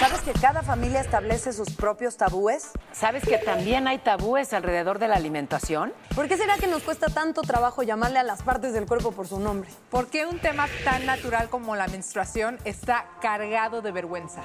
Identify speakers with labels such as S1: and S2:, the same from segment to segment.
S1: ¿Sabes que cada familia establece sus propios tabúes?
S2: ¿Sabes que también hay tabúes alrededor de la alimentación?
S1: ¿Por qué será que nos cuesta tanto trabajo llamarle a las partes del cuerpo por su nombre?
S3: ¿Por qué un tema tan natural como la menstruación está cargado de vergüenza?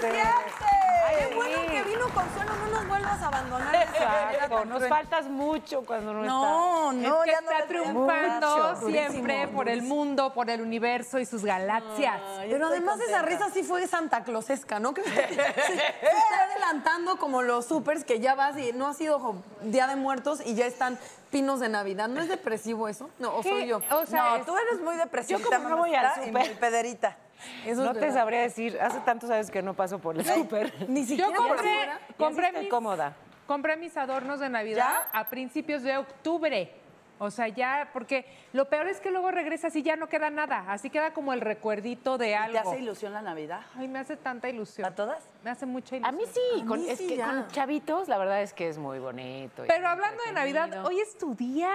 S1: ¡Qué bueno que vino Consuelo! No nos vuelvas a abandonar.
S4: Exacto, nos faltas mucho cuando no,
S1: No, no,
S3: es que
S1: ya no
S3: está
S1: la tenemos.
S3: triunfando
S1: Mucho,
S3: siempre
S1: durísimo.
S3: por el mundo, por el universo y sus galaxias.
S1: Pero además esa risa sí fue Santa Clausesca, ¿no? Que se, se- se está adelantando como los supers que ya vas y no ha sido jo- Día de Muertos y ya están pinos de Navidad. ¿No es depresivo eso? No, o soy yo.
S4: O sea,
S5: no,
S4: es-
S5: tú eres muy depresiva.
S4: Yo como no voy al
S5: Y
S4: súper.
S5: muy pederita.
S1: Eso es
S4: no te
S1: verdad.
S4: sabría decir, hace tantos años que no paso por el súper.
S1: Ni siquiera
S3: Yo compré,
S1: afuera.
S3: compré
S4: estoy
S3: mis,
S4: cómoda.
S3: compré mis adornos de Navidad a principios de octubre. O sea, ya, porque lo peor es que luego regresas y ya no queda nada. Así queda como el recuerdito de algo.
S5: ¿Te hace ilusión la Navidad?
S3: Ay, me hace tanta ilusión.
S5: ¿A todas?
S3: Me hace mucha
S4: A
S3: ilusión.
S4: mí sí,
S1: A
S4: con,
S1: mí
S4: es
S1: sí,
S4: que
S1: ya.
S4: con chavitos la verdad es que es muy bonito. y
S3: Pero
S4: muy
S3: hablando de Navidad,
S4: entretenido.
S3: hoy es tu día.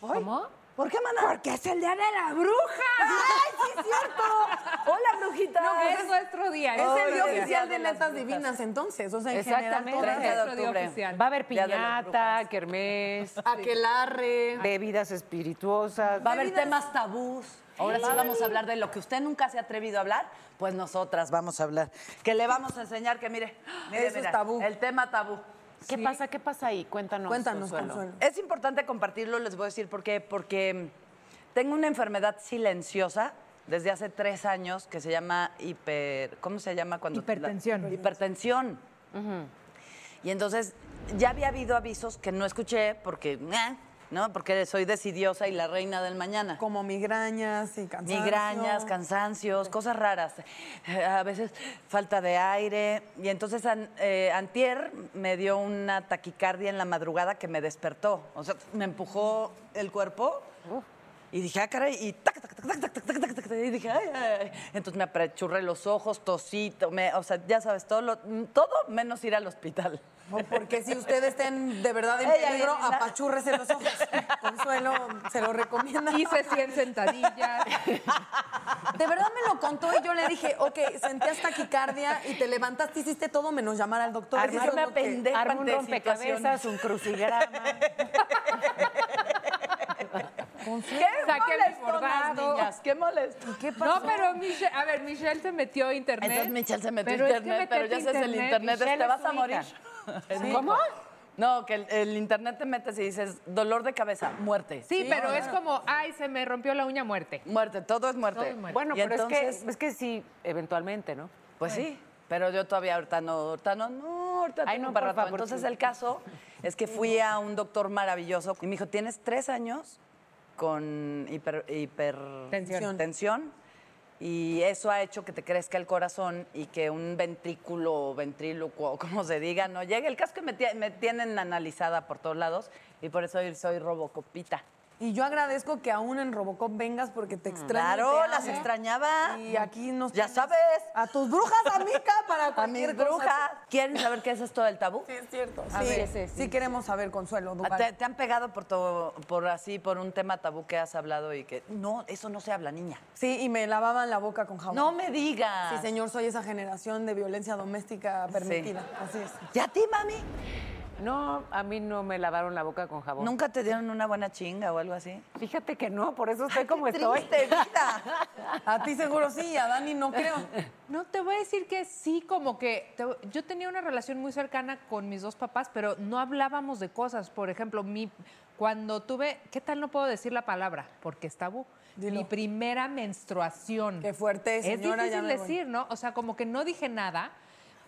S4: ¿Cómo?
S5: ¿Por qué, maná? Porque es el día de la
S3: Ah,
S1: ¡Ay, sí es cierto!
S5: Hola, brujita.
S3: No, es nuestro día.
S1: Es
S5: Ay,
S1: el día
S5: Dios.
S1: oficial de
S5: de las
S1: letras
S5: brujas.
S1: divinas, entonces. O sea, en general,
S4: Exactamente.
S1: todas.
S3: Es
S5: de
S3: nuestro día
S5: octubre.
S3: oficial.
S4: Va a haber
S5: Día de las
S4: piñata, kermés,
S1: Aquelarre.
S4: bebidas espirituosas.
S5: Va a haber temas tabús. Ahora sí vamos a hablar de lo que usted nunca se ha atrevido a hablar, pues nosotras vamos a hablar. Que le vamos a enseñar que mire, mire,
S1: Eso es
S5: mira,
S1: tabú.
S5: el tema tabú.
S4: ¿Qué pasa? ¿Qué pasa ahí? Cuéntanos.
S1: Cuéntanos, Consuelo.
S5: Es importante compartirlo, les voy a decir por qué, porque mm, tengo una enfermedad silenciosa desde hace tres años que se llama hiper... ¿Cómo se llama cuando...?
S3: Hipertensión.
S5: la- hipertensión. Y entonces ya había habido avisos que no escuché porque... eh, ¿No? Porque soy decidiosa y la reina del mañana.
S1: Como migrañas y cansancio.
S5: Migrañas, cansancios, cosas raras. Eh, A veces falta de aire. Y entonces an- eh, antier me dio una taquicardia en la madrugada que me despertó. O sea, me empujó el cuerpo. Y dije, ah, caray, y tac, tac, tac, tac, tac, tac, tac, tac, tac, y dije, ay, ay, ay. Entonces me apachurré los ojos, tosito, me, o sea, ya sabes, todo, lo- todo menos ir al hospital.
S1: O porque si ustedes estén de verdad en
S5: Ella
S1: peligro,
S5: viene, ¿verdad?
S1: apachúrrese los ojos. Consuelo se lo recomienda.
S3: Hice 100 sentadillas.
S1: De verdad me lo contó y yo le dije, ok, sentías taquicardia y te levantaste, hiciste todo menos llamar al doctor.
S5: Armar
S1: Eso es
S5: una
S1: lo que-
S5: pende- de
S4: Arma un
S5: de
S4: rompecabezas,
S5: situaciones.
S4: un crucigrama.
S5: ¿Qué
S3: Saqué mi
S5: molestonas,
S3: bordado.
S5: niñas, qué molesto.
S3: No, pero Michelle, a ver, Michelle se metió a internet.
S5: Entonces Michelle se metió
S3: Pero
S5: a
S3: es que
S5: internet, pero ya
S3: meterte
S5: sabes, el internet es,
S4: Michelle
S5: te
S4: es
S5: vas
S4: su
S5: a morir.
S4: hija. ¿Cómo?
S5: No, que el, el internet te metes y dices dolor de cabeza, muerte.
S3: Sí, pero es como, ay, se me rompió la uña muerte.
S5: Muerte, todo es muerte.
S3: Todo es muerte.
S4: Bueno,
S5: Y
S4: pero es,
S5: entonces,
S4: que, es que sí, eventualmente, ¿no?
S5: Pues sí, pero yo todavía ahorita no, ahorita no, no, ahorita
S4: Ay,
S5: tengo
S4: no,
S5: un buen
S4: por
S5: rato.
S4: favor,
S5: Entonces
S4: sí.
S5: el caso es que fui a un doctor maravilloso y me dijo, tienes tres años con hiper, hiper-
S3: Tensión.
S5: tensión, y eso ha hecho que te crezca el corazón y que un ventrículo o ventrílocuo, o como se diga, no llegue. El caso es que me, tie- me tienen analizada por todos lados y por eso hoy soy robocopita.
S1: Y yo agradezco que aún en Robocop vengas porque te extraño. y
S5: Mm. claro,
S1: te
S5: las
S1: amo.
S5: extrañaba.
S1: Y aquí nos
S5: Ya
S1: tienes
S5: sabes.
S1: A tus brujas, amica, para
S5: A
S1: cualquier
S5: mis
S1: cosa.
S5: brujas. ¿Quieren saber qué es esto del tabú?
S1: Sí, es cierto.
S5: A
S1: sí,
S5: ver,
S1: sí,
S5: sí,
S1: queremos saber, Consuelo. Duval.
S5: ¿Te, te han pegado por, to- por así, por un tema tabú que has hablado y que no, eso no se habla, niña?
S1: Sí, y me lavaban la boca con jabón.
S5: No me digas.
S1: Sí, señor, soy esa generación de violencia doméstica permitida. Así es.
S5: ¿Y a ti, mami?
S4: No, a mí no me lavaron la boca con jabón.
S5: ¿Nunca te dieron una buena chinga o algo así?
S4: Fíjate que no, por eso estoy como estoy.
S5: Triste vida.
S1: A ti seguro sí, a Dani no creo.
S3: No, te voy a decir que sí, como que te- yo tenía una relación muy cercana con mis dos papás, pero no hablábamos de cosas. Por ejemplo, mi, cuando tuve, ¿qué tal no puedo decir la palabra? Porque es tabú.
S1: Dilo.
S3: Mi primera menstruación.
S1: Qué fuerte, señora,
S3: Es
S1: ya
S3: difícil
S1: me voy.
S3: decir, ¿no? O sea, como que no dije nada.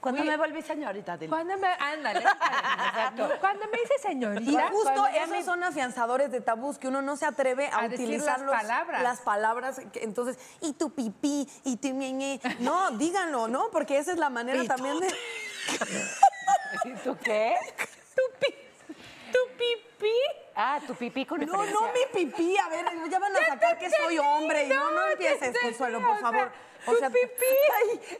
S5: Cuando
S3: Muy-
S5: me volví señorita, dile.
S3: Cuando me. Ándale. exacto. Cuando me dice señorita.
S1: Y justo
S3: cuando ya
S1: esos
S3: me-
S1: son afianzadores de tabús que uno no se atreve a,
S3: A decir
S1: utilizar
S3: las
S1: los-
S3: palabras.
S1: las palabras que- entonces, y tu pipí, y tu ñe, ñe. No, díganlo, ¿no? Porque esa es la manera también de.
S4: ¿Y tú qué?
S3: Tu pi. Tu pipí.
S4: Ah, tu pipí con
S1: No,
S4: referencia.
S1: no mi pipí. A ver, ya van a sacar que soy hombre. Y no, no
S3: te
S1: empieces,
S3: entendí,
S1: Consuelo,
S3: o
S1: por
S3: sea,
S1: favor.
S3: tu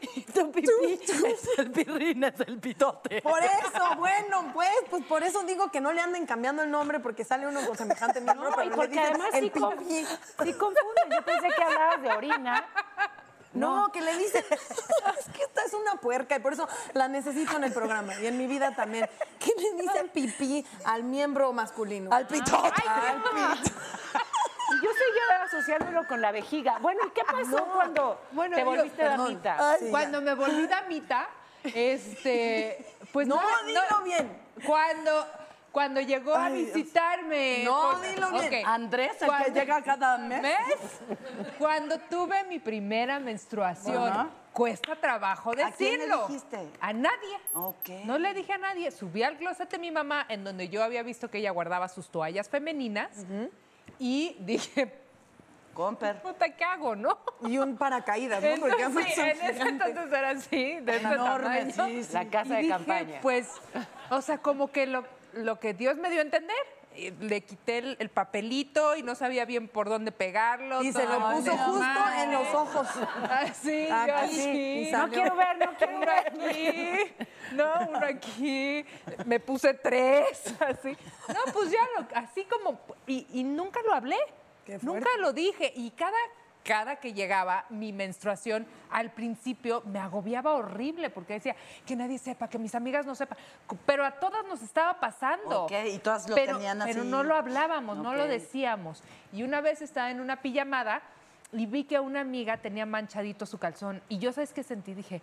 S1: pipí.
S5: Tu pipí es el pirrín, es el pitote.
S1: Por eso, bueno, pues, pues por eso digo que no le anden cambiando el nombre porque sale uno con semejante nombre,
S4: No, y
S1: pero le
S4: porque
S1: dicen
S4: además
S1: el
S4: sí, con-
S1: pipí.
S4: sí confunden. Yo pensé que hablabas de orina.
S1: No, que le dicen, es que esta es una puerca y por eso la necesito en el programa y en mi vida también. ¿Qué le dicen pipí al miembro masculino?
S5: Al pitote.
S1: Al pito.
S4: Y Yo seguía asociándolo con la vejiga. Bueno, ¿y qué pasó cuando
S3: Bueno,
S4: te
S3: yo-
S4: volviste
S1: perdón. Ah,
S4: damita?
S1: Sí, ya.
S3: cuando me volví damita, este, pues
S1: No,
S3: no,
S1: dilo bien.
S3: Cuando cuando llegó a
S1: Ay, Dios.
S3: visitarme.
S1: No, dilo bien.
S3: Ok.
S5: Andrés, el que
S3: Cuando-
S5: llega cada mes.
S3: ¿Ves? Cuando tuve mi primera menstruación,
S5: Ajá.
S3: cuesta trabajo decirlo.
S5: ¿A quién le dijiste?
S3: A nadie.
S5: Ok.
S3: No le dije a nadie. Subí al closet de mi mamá, en donde yo había visto que ella guardaba sus toallas femeninas, y dije,
S5: Comper.
S3: puta, ¿qué hago, no?
S1: Y un paracaídas, ¿no? Porque
S3: Entonces,
S1: ambas
S3: sí,
S1: son
S3: en ese
S1: gigantes.
S3: entonces era así, de este
S5: Enorme,
S3: tamaño.
S5: sí, sí.
S4: La casa
S3: Y
S4: de
S3: dije,
S4: campaña.
S3: Pues, o sea, como que lo, lo que Dios me dio a entender. y Le quité el, el papelito y no sabía bien por dónde pegarlo.
S1: Y se lo
S3: todo.
S1: puso
S3: No
S1: justo
S3: mames.
S1: en los ojos.
S3: Así,
S1: Aquí,
S3: yo así.
S1: y
S4: No
S1: salió.
S4: quiero ver, no quiero
S3: Uno
S4: ver.
S3: aquí, no, uno aquí, me puse tres, así. No, pues ya, lo- así como, y, y nunca lo hablé,
S1: Qué fuerte.
S3: nunca lo dije, y cada, cada que llegaba mi menstruación, al principio me agobiaba horrible, porque decía, que nadie sepa, que mis amigas no sepan, cu- pero a todas nos estaba pasando.
S5: Ok, y todas lo
S3: pero,
S5: tenían
S3: Pero
S5: así.
S3: no lo hablábamos, no lo
S5: Ok.
S3: decíamos. Y una vez estaba en una pijamada y vi que una amiga tenía manchadito su calzón. Y yo, ¿sabes qué sentí? Dije,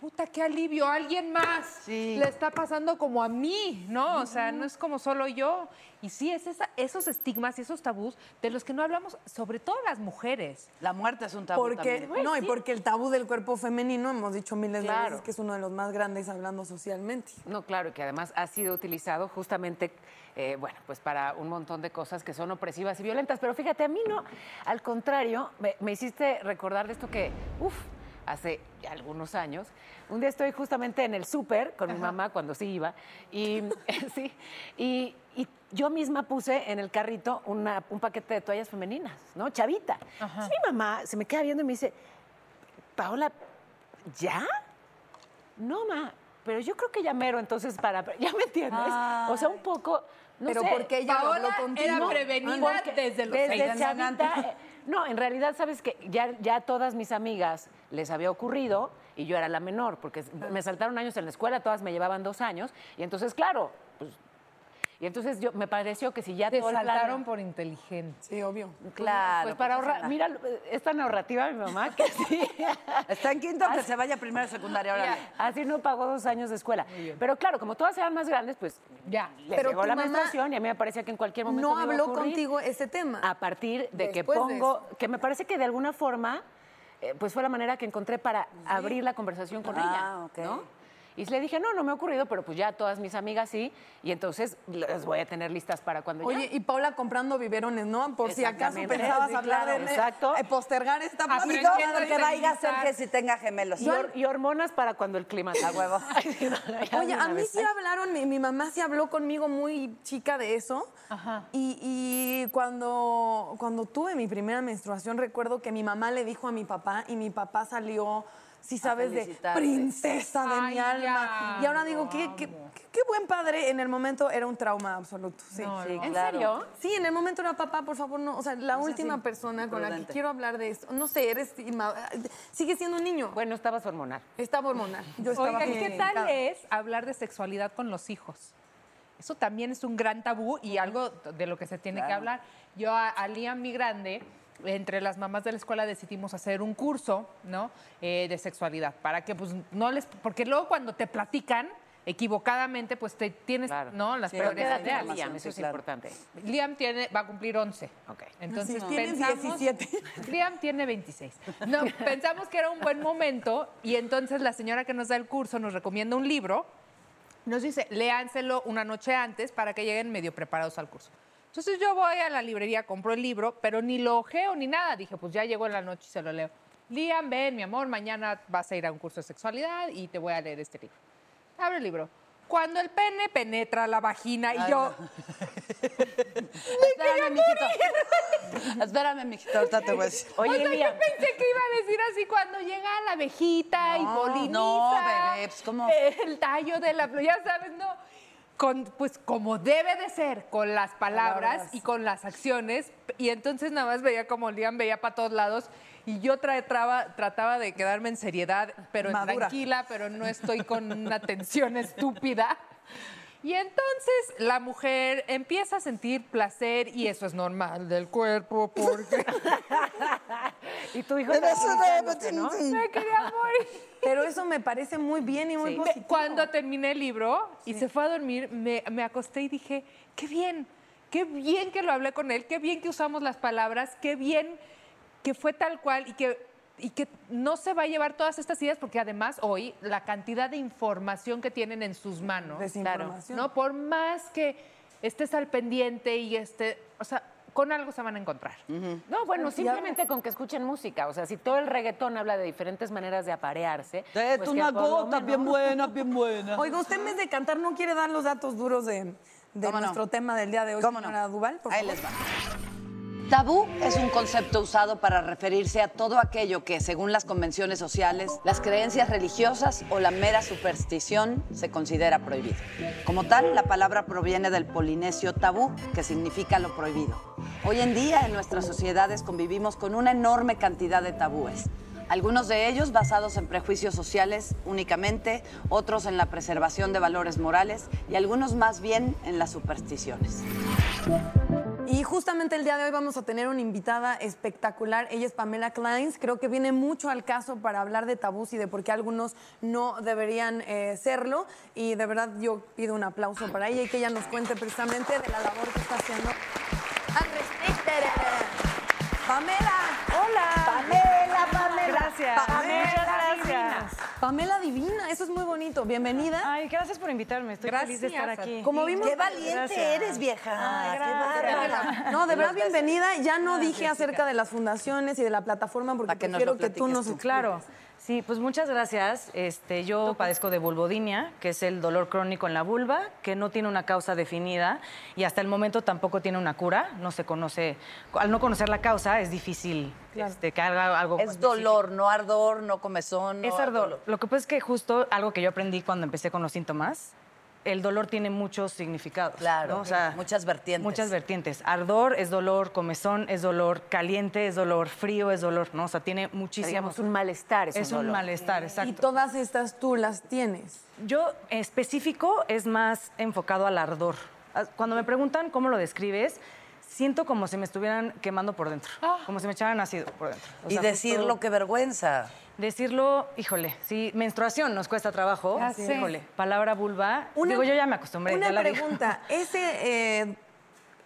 S3: puta, qué alivio, alguien más
S5: Sí.
S3: le está pasando como a mí, ¿no? O sea, no es como solo yo. Y sí, es esa- esos estigmas y esos tabús de los que no hablamos, sobre todo las mujeres.
S5: La muerte es un tabú
S1: Porque,
S3: Pues
S5: también.
S1: no, y porque el tabú del cuerpo femenino, hemos dicho miles de veces
S4: Claro.
S1: que es uno de los más grandes hablando socialmente.
S4: No, claro, que además ha sido utilizado justamente, eh, bueno, pues para un montón de cosas que son opresivas y violentas. Pero fíjate, a mí no, al contrario, me, me hiciste recordar de esto que, uff, hace algunos años, un día estoy justamente en el súper con mi mamá cuando sí iba, y, sí, y, y yo misma puse en el carrito una- un paquete de toallas femeninas, ¿no? Chavita. Entonces, mi mamá se me queda viendo y me dice, Paola, ¿ya? No, ma, pero yo creo que ya mero, entonces para. ¿Ya me entiendes? O sea, un poco. No
S1: Pero
S4: sé,
S1: ¿por qué ella lo habló
S3: Paola
S1: contigo?
S3: era
S1: No,
S3: prevenida
S4: porque
S3: desde los
S4: desde
S3: seis años.
S4: chavita, eh, No, en realidad, sabes que ya, ya a todas mis amigas les había ocurrido y yo era la menor, porque me saltaron años en la escuela, todas me llevaban dos años, y entonces, claro, pues. Y entonces yo, me pareció que si ya
S3: Te
S4: todo el plan-
S3: saltaron por inteligente.
S1: Sí, obvio.
S5: Claro.
S4: Pues para
S5: pues,
S4: ahorrar. Mira eh, esta narrativa de mi mamá que sí.
S5: Está en quinto, que se vaya primero a secundaria. Ahora.
S4: Así no pagó dos años de escuela. Pero claro, como todas eran más grandes, pues
S3: Ya.
S4: les
S1: Pero
S4: llegó
S1: tu
S4: la
S1: mamá
S4: menstruación y a mí me parecía que en cualquier momento
S1: No
S4: me iba a
S1: habló
S4: ocurrir.
S1: contigo ese tema.
S4: A partir de que
S1: Después de
S4: pongo, que me parece que de alguna forma, eh, pues fue la manera que encontré para abrir la conversación con
S5: Ah,
S4: ella,
S5: ok.
S4: ¿no? Y le dije, no, no me ha ocurrido, pero pues ya todas mis amigas sí, y entonces las voy a tener listas para cuando
S1: Oye,
S4: ya.
S1: y Paula comprando biberones, ¿no? Por si acaso
S4: Exactamente.
S1: pensabas
S4: Sí,
S1: hablar
S4: claro.
S1: de
S4: Exacto.
S1: eh, postergar esta
S4: Ah,
S5: Y
S3: Aprendiendo
S1: plática.
S5: dos, que vaya a ser que si tenga gemelos.
S4: Y, hor- y hormonas para cuando el clima está huevo.
S1: Oye, a mí sí hablaron, mi, mi mamá sí habló conmigo muy chica de eso. Y, y cuando, cuando tuve mi primera menstruación, recuerdo que mi mamá le dijo a mi papá y mi papá salió, si sabes, de
S5: felicitarte.
S1: princesa de
S3: Ay,
S1: mi alma.
S3: ya,
S1: y ahora
S3: lo
S1: digo, qué, qué,
S3: amo.
S1: qué- qué buen padre. En el momento era un trauma absoluto. Sí.
S3: No,
S5: Sí,
S3: no.
S4: ¿En
S5: claro.
S4: serio?
S1: Sí, en el momento era papá, por favor, no. O sea, la
S5: O sea,
S1: última
S5: sí,
S1: persona con la que
S5: prudente.
S1: quiero hablar de esto. No sé, eres. inma- Sigue siendo un niño.
S4: Bueno, estabas hormonal.
S1: Estaba hormonal. Yo estaba
S3: Oigan, ¿qué tal
S1: medicada.
S3: es hablar de sexualidad con los hijos? Eso también es un gran tabú y algo de lo que se tiene que hablar. Yo a, a Liam, mi grande, entre las mamás de la escuela decidimos hacer un curso, ¿no? Eh, de sexualidad, para que pues no les... Porque luego cuando te platican, equivocadamente, pues te tienes,
S4: Claro.
S3: ¿no? Las
S5: Sí,
S4: ¿Qué
S5: Pero
S3: prioridades
S4: edad
S5: esa
S4: tiene
S5: información,
S4: Liam? Eso es
S5: sí, claro.
S4: importante.
S3: Liam tiene, va a cumplir 11.
S4: Ok.
S3: Entonces,
S1: Sí, tienen
S3: pensamos,
S1: 17.
S3: Liam tiene 26. No, pensamos que era un buen momento y entonces la señora que nos da el curso nos recomienda un libro, nos dice, léanselo una noche antes para que lleguen medio preparados al curso. Entonces yo voy a la librería, compro el libro, pero ni lo ojeo ni nada. Dije, pues ya llegó en la noche y se lo leo. Liam, ven, mi amor, mañana vas a ir a un curso de sexualidad y te voy a leer este libro. Abre el libro. Cuando el pene penetra la vagina y yo...
S5: Espérame, mijito. Espérame, mijito, ahorita te voy a decir.
S3: o sea,
S4: Oye, Liam,
S3: yo pensé que iba a decir así cuando llega la abejita y
S5: No,
S3: poliniza.
S5: no, bebé, pues, ¿cómo?
S3: El tallo de la flor, ya sabes, no. Con, pues como debe de ser, con las palabras,
S5: Palabras.
S3: y con las acciones. Y entonces nada más veía como Liam veía para todos lados y yo tra- traba- trataba de quedarme en seriedad, pero
S5: Madura.
S3: tranquila, pero no estoy con una tensión estúpida. Y entonces la mujer empieza a sentir placer y eso es normal del cuerpo porque...
S4: y tu hijo está brincándote, ¿no?
S3: Me quería morir.
S1: Pero eso me parece muy bien y muy
S3: Me-
S1: positivo.
S3: Cuando terminé el libro y se fue a dormir, me, me acosté y dije, qué bien, qué bien que lo hablé con él, qué bien que usamos las palabras, qué bien que fue tal cual y que, y que no se va a llevar todas estas ideas, porque además hoy la cantidad de información que tienen en sus manos,
S1: Desinformación.
S3: ¿no? Por más que estés al pendiente y esté, o sea, con algo se van a encontrar.
S4: No, bueno, simplemente con que escuchen música. O sea, si todo el reggaetón habla de diferentes maneras de aparearse.
S5: Eh,
S4: pues
S5: tú
S4: que
S5: una
S4: por lo
S5: gota
S4: menos-
S5: bien buena, bien buena.
S1: Oiga, usted en vez de cantar no quiere dar los datos duros de, de
S5: ¿Cómo no?
S1: nuestro tema del día de hoy,
S5: ¿Cómo no?
S1: señora Duval, por
S5: Ahí
S1: favor.
S5: les va. Tabú es un concepto usado para referirse a todo aquello que, según las convenciones sociales, las creencias religiosas o la mera superstición, se considera prohibido. Como tal, la palabra proviene del polinesio tabú, que significa lo prohibido. Hoy en día, en nuestras sociedades convivimos con una enorme cantidad de tabúes. Algunos de ellos basados en prejuicios sociales únicamente, otros en la preservación de valores morales y algunos más bien en las supersticiones.
S1: Y justamente el día de hoy vamos a tener una invitada espectacular. Ella es Pamela Kleins. Creo que viene mucho al caso para hablar de tabús y de por qué algunos no deberían eh, serlo. Y de verdad yo pido un aplauso para ella y que ella nos cuente precisamente de la labor que está haciendo al respecto. Pamela. Hola. Pamela, Pamela.
S6: Gracias.
S1: Pamela.
S6: Muchas gracias.
S1: Pamela Divina, eso es muy bonito. Bienvenida.
S6: Ay, gracias por invitarme. Estoy feliz de estar
S3: Gracias.
S6: aquí.
S1: Como vimos- Qué
S5: valiente eres, vieja. Qué bárbara.
S1: No, de verdad, bienvenida. Ya no
S6: Ah,
S1: dije acerca de las fundaciones y de la plataforma porque
S5: Para que nos
S1: prefiero
S5: lo
S1: que tú
S5: platiques
S1: nos
S5: tú.
S6: Claro. Sí, pues muchas gracias. Este, yo padezco de vulvodinia, que es el dolor crónico en la vulva, que no tiene una causa definida y hasta el momento tampoco tiene una cura. No se conoce, al no conocer la causa es difícil este, que haga algo.
S5: Es dolor, no ardor, no comezón. no
S6: Es ardor. Lo que pasa es que justo algo que yo aprendí cuando empecé con los síntomas, el dolor tiene muchos significados.
S5: Claro,
S6: ¿no? O sea,
S5: muchas vertientes.
S6: Muchas vertientes. Ardor es dolor, comezón es dolor, caliente es dolor, frío es dolor, ¿no? O sea, tiene
S4: O sea,
S6: muchísimo.
S4: digamos, un malestar. Es,
S6: es un
S4: dolor.
S6: malestar,
S1: Y
S6: exacto.
S1: todas estas tú las tienes.
S6: Yo específico es más enfocado al ardor. Ah, Cuando me preguntan cómo lo describes, siento como si me estuvieran quemando por dentro, como si me echaran ácido por dentro. O
S5: Y
S6: sea,
S5: decirlo,
S6: justo
S5: qué vergüenza.
S6: Decirlo, híjole, sí, menstruación nos cuesta trabajo.
S3: Ya sé.
S6: Híjole, palabra vulva. digo, yo ya me acostumbré.
S1: Una
S6: ya la digo.
S1: pregunta. Ese, eh,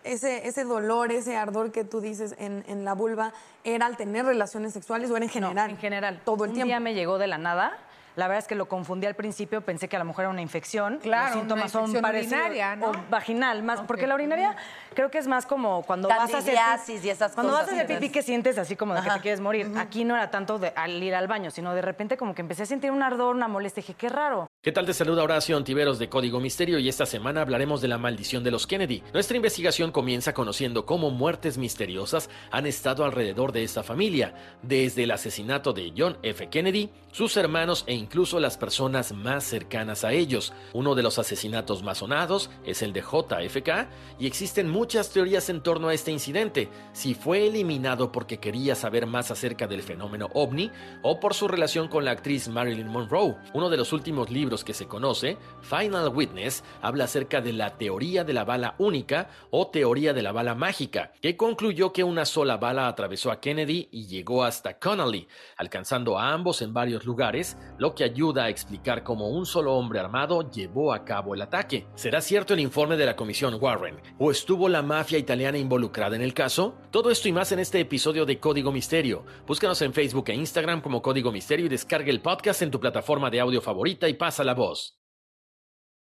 S1: ese, ese dolor, ese ardor que tú dices en, en la vulva, ¿era al tener relaciones sexuales o era en
S6: No,
S1: general?
S6: en general.
S1: Todo el
S6: Un
S1: tiempo.
S6: día me llegó de la nada. La verdad es que lo confundí al principio, pensé que a lo mejor era una infección.
S3: Claro,
S6: Los síntomas
S3: una
S6: son
S3: infección
S6: parecidos.
S3: urinaria, ¿no?
S6: O vaginal, más. Porque la urinaria creo que es más como cuando vas a hacer.
S5: Candidiasis y esas
S6: cuando
S5: cosas,
S6: vas a hacer
S5: ¿verdad?
S6: pipí que sientes así como de que te quieres morir. Aquí no era tanto de, al ir al baño, sino de repente como que empecé a sentir un ardor, una molestia. Dije, qué raro.
S7: ¿Qué tal? Te saluda Horacio Antiveros de Código Misterio y esta semana hablaremos de la maldición de los Kennedy. Nuestra investigación comienza conociendo cómo muertes misteriosas han estado alrededor de esta familia, desde el asesinato de John F. Kennedy, sus hermanos e incluso las personas más cercanas a ellos. Uno de los asesinatos más sonados es el de JFK y existen muchas teorías en torno a este incidente, si fue eliminado porque quería saber más acerca del fenómeno ovni o por su relación con la actriz Marilyn Monroe. Uno de los últimos libros libros que se conoce, Final Witness habla acerca de la teoría de la bala única o teoría de la bala mágica, que concluyó que una sola bala atravesó a Kennedy y llegó hasta Connolly, alcanzando a ambos en varios lugares, lo que ayuda a explicar cómo un solo hombre armado llevó a cabo el ataque. ¿Será cierto el informe de la Comisión Warren? ¿O estuvo la mafia italiana involucrada en el caso? Todo esto y más en este episodio de Código Misterio. Búscanos en Facebook e Instagram como Código Misterio y descarga el podcast en tu plataforma de audio favorita y pasa la voz.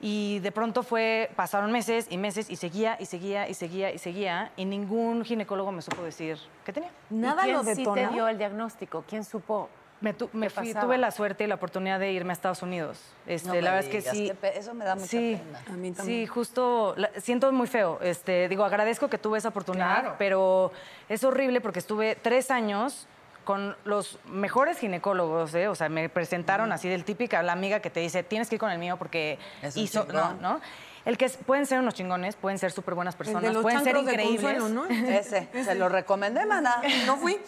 S6: Y de pronto fue, pasaron meses y meses y seguía y seguía y seguía y seguía y ningún ginecólogo me supo decir qué tenía.
S1: Nada
S4: ¿Quién
S1: lo
S4: sí te
S1: detonó.
S4: dio el diagnóstico? ¿Quién supo?
S6: Me, tu- me
S4: ¿Qué
S6: fui-
S4: pasaba?
S6: tuve la suerte y la oportunidad de irme a Estados Unidos. Este,
S5: No me
S6: la verdad es que
S5: digas,
S6: sí.
S5: qué pe- eso me da mucha
S6: sí,
S5: pena.
S1: A mí también.
S6: Sí, justo, la- siento muy feo. Este, digo, agradezco que tuve esa oportunidad,
S3: Claro.
S6: pero es horrible porque estuve tres años con los mejores ginecólogos, ¿eh? o sea, me presentaron así del típica, la amiga que te dice, tienes que ir con el mío porque
S5: Es un
S6: hizo, no,
S5: chingón.
S6: ¿no? El que es- pueden ser unos chingones, pueden ser súper buenas
S1: El de
S6: personas,
S1: los
S6: pueden ser
S1: chancros de
S6: increíbles.
S1: Consuelo, ¿no?
S5: Ese, se lo recomendé, maná.
S1: No fui.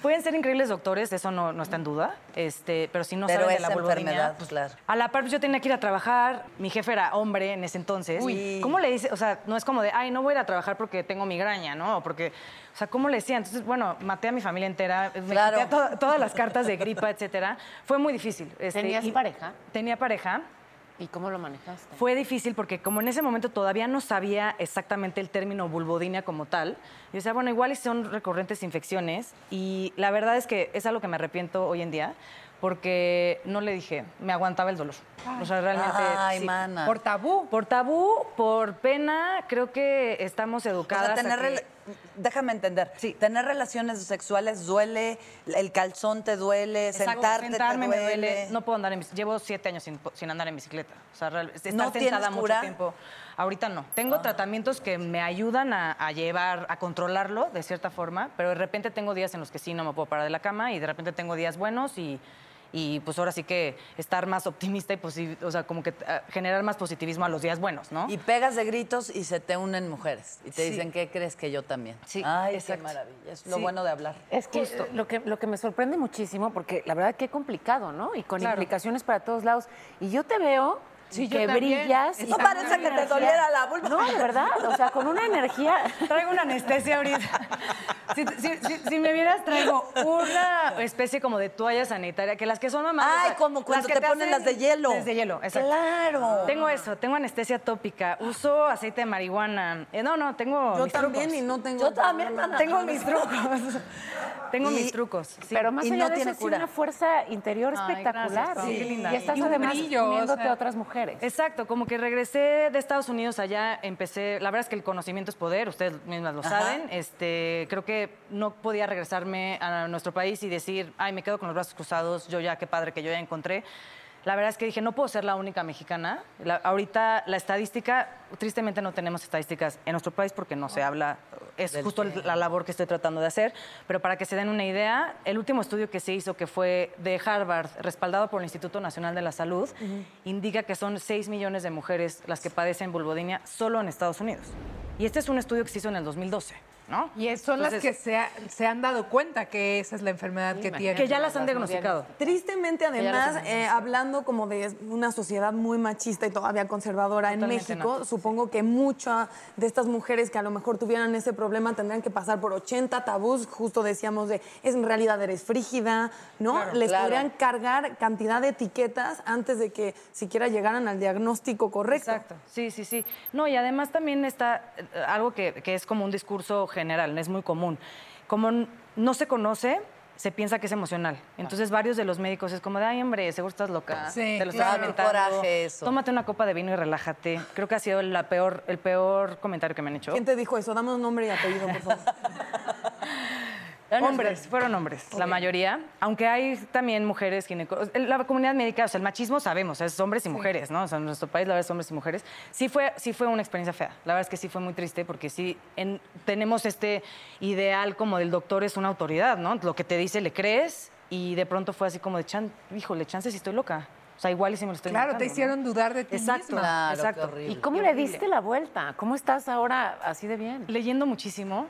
S6: Pueden ser increíbles doctores, eso no, no está en duda, este, pero si no
S5: Pero
S6: saben de
S5: esa
S6: la vulvodynia,
S5: enfermedad, claro.
S6: A la par, pues, yo tenía que ir a trabajar, mi jefe era hombre en ese entonces.
S5: Uy.
S6: ¿Cómo le dice? O sea, no es como de, ay, no voy a ir a trabajar porque tengo migraña, ¿no? O porque, o sea, ¿cómo le decía? Entonces, bueno, maté a mi familia entera, me
S5: Claro.
S6: quité a to- todas las cartas de gripa, etcétera. Fue muy difícil. este,
S4: ¿Tenías pareja?
S6: Tenía pareja.
S4: ¿Y cómo lo manejaste?
S6: Fue difícil porque como en ese momento todavía no sabía exactamente el término vulvodinia como tal, yo decía, bueno, igual y son recurrentes infecciones y la verdad es que es algo que me arrepiento hoy en día porque no le dije, me aguantaba el dolor. o sea, realmente...
S5: Ay,
S6: sí.
S5: mana.
S3: Por tabú.
S6: Por tabú, por pena, creo que estamos
S5: O
S6: educadas.
S5: sea,
S6: a
S5: tener
S6: que-
S5: rela- déjame entender.
S6: Sí.
S5: Tener relaciones sexuales duele, el calzón te duele,
S6: Exacto,
S5: sentarte
S6: sentarme
S5: te
S6: me
S5: duele.
S6: No puedo andar en bicicleta. Llevo siete años sin, sin andar en bicicleta. O sea, real- estar
S5: ¿No tienes
S6: sentada mucho
S5: cura? Ah.
S6: tiempo. Ahorita no. Tengo tratamientos que me ayudan a, a llevar, a controlarlo de cierta forma, pero de repente tengo días en los que sí no me puedo parar de la cama y de repente tengo días buenos y. Y pues ahora sí que estar más optimista y posi- o sea, como que eh, generar más positivismo a los días buenos, ¿no?
S5: Y pegas de gritos y se te unen mujeres. Y te
S6: Sí.
S5: dicen, ¿qué crees que yo también?
S6: Sí,
S5: Ay,
S6: exacto.
S5: qué maravilla. Es lo
S6: Sí.
S5: bueno de hablar.
S4: Es que, eh, lo que lo que me sorprende muchísimo, porque la verdad que complicado, ¿no? Y con
S6: Claro.
S4: implicaciones para todos lados. Y yo te veo
S3: Sí, yo
S4: que
S3: también.
S4: brillas. y
S3: No
S4: con
S5: parece
S4: una
S5: que te doliera la vulva.
S4: No, de verdad. O sea, con una energía.
S6: Traigo una anestesia ahorita. Si, si- si- si me vieras, traigo una especie como de toalla sanitaria, que las que son mamás.
S5: Ay, como cuando te ponen las de hielo.
S6: Las de hielo, exacto.
S5: Claro.
S6: Tengo eso, tengo anestesia tópica, uso aceite de marihuana. Eh, no, no, tengo.
S1: Yo
S6: mis
S1: también
S6: trucos.
S1: y no tengo.
S5: Yo también, mana.
S6: Tengo mis trucos. tengo
S5: Y-
S6: mis trucos. sí.
S4: Pero más
S5: Y
S4: allá
S5: no
S4: de
S5: tiene
S4: eso, sí,
S5: cura.
S4: una fuerza interior
S6: Ay,
S4: espectacular.
S6: gracias, Pau, qué linda.
S4: Y estás
S3: Y un
S4: además
S3: brillo, o
S4: uniéndote
S3: sea.
S4: a otras mujeres.
S6: Exacto, como que regresé de Estados Unidos allá, empecé, la verdad es que el conocimiento es poder, ustedes mismas lo
S5: Ajá.
S6: saben, este, creo que no podía regresarme a nuestro país y decir, ay, me quedo con los brazos cruzados, yo ya, qué padre que yo ya encontré. La verdad es que dije, no puedo ser la única mexicana. La- ahorita la estadística, tristemente no tenemos estadísticas en nuestro país porque no se habla, es justo la labor que estoy tratando de hacer, pero para que se den una idea, el último estudio que se hizo, que fue de Harvard, respaldado por el Instituto Nacional de la Salud, indica que son 6 millones de mujeres las que padecen vulvodynia solo en Estados Unidos. Y este es un estudio que se hizo en el 2012, ¿no?
S3: Y es- son las que
S6: Entonces,
S3: se, ha- se han dado cuenta que esa es la enfermedad que tienen.
S6: que ya las han diagnosticado.
S1: Tristemente, además,
S4: tenemos,
S1: eh, hablando como de una sociedad muy machista y todavía conservadora en
S6: Totalmente
S1: México,
S6: no.
S1: supongo que muchas de estas mujeres que a lo mejor tuvieran ese problema tendrían que pasar por 80 tabús, justo decíamos de, es en realidad eres frígida, ¿no? Les
S5: claro.
S1: podrían cargar cantidad de etiquetas antes de que siquiera llegaran al diagnóstico correcto.
S6: Exacto, sí, sí, sí. No, y además también está eh, algo que, que es como un discurso general, es muy común. Como n- no se conoce, se piensa que es emocional. Entonces varios de los médicos es como de, ay, hombre, seguro estás loca.
S3: Sí,
S6: te
S5: claro.
S6: lo estás inventando.
S5: Coraje eso.
S6: Tómate una copa de vino y relájate. Creo que ha sido la peor, el peor comentario que me han hecho.
S1: ¿Quién te dijo eso? Dame un nombre y apellido, por favor.
S6: Hombres, fueron hombres, la mayoría. Aunque hay también mujeres ginecólogas. La comunidad médica, o sea, el machismo sabemos, es hombres y mujeres, ¿no? O sea, en nuestro país la verdad es hombres y mujeres. Sí fue, sí fue una experiencia fea. La verdad es que sí fue muy triste porque sí en- tenemos este ideal como del doctor es una autoridad, ¿no? Lo que te dice le crees y de pronto fue así como de, chan, híjole, chance si estoy loca. O sea, igual y si me lo estoy
S3: Claro,
S6: inventando,
S3: te
S6: ¿no?
S3: hicieron dudar de ti
S6: Exacto,
S3: misma.
S5: Claro, qué
S6: exacto.
S5: horrible.
S4: ¿Y cómo le diste la vuelta? ¿Cómo estás ahora así de bien? Mm,
S6: Leyendo muchísimo,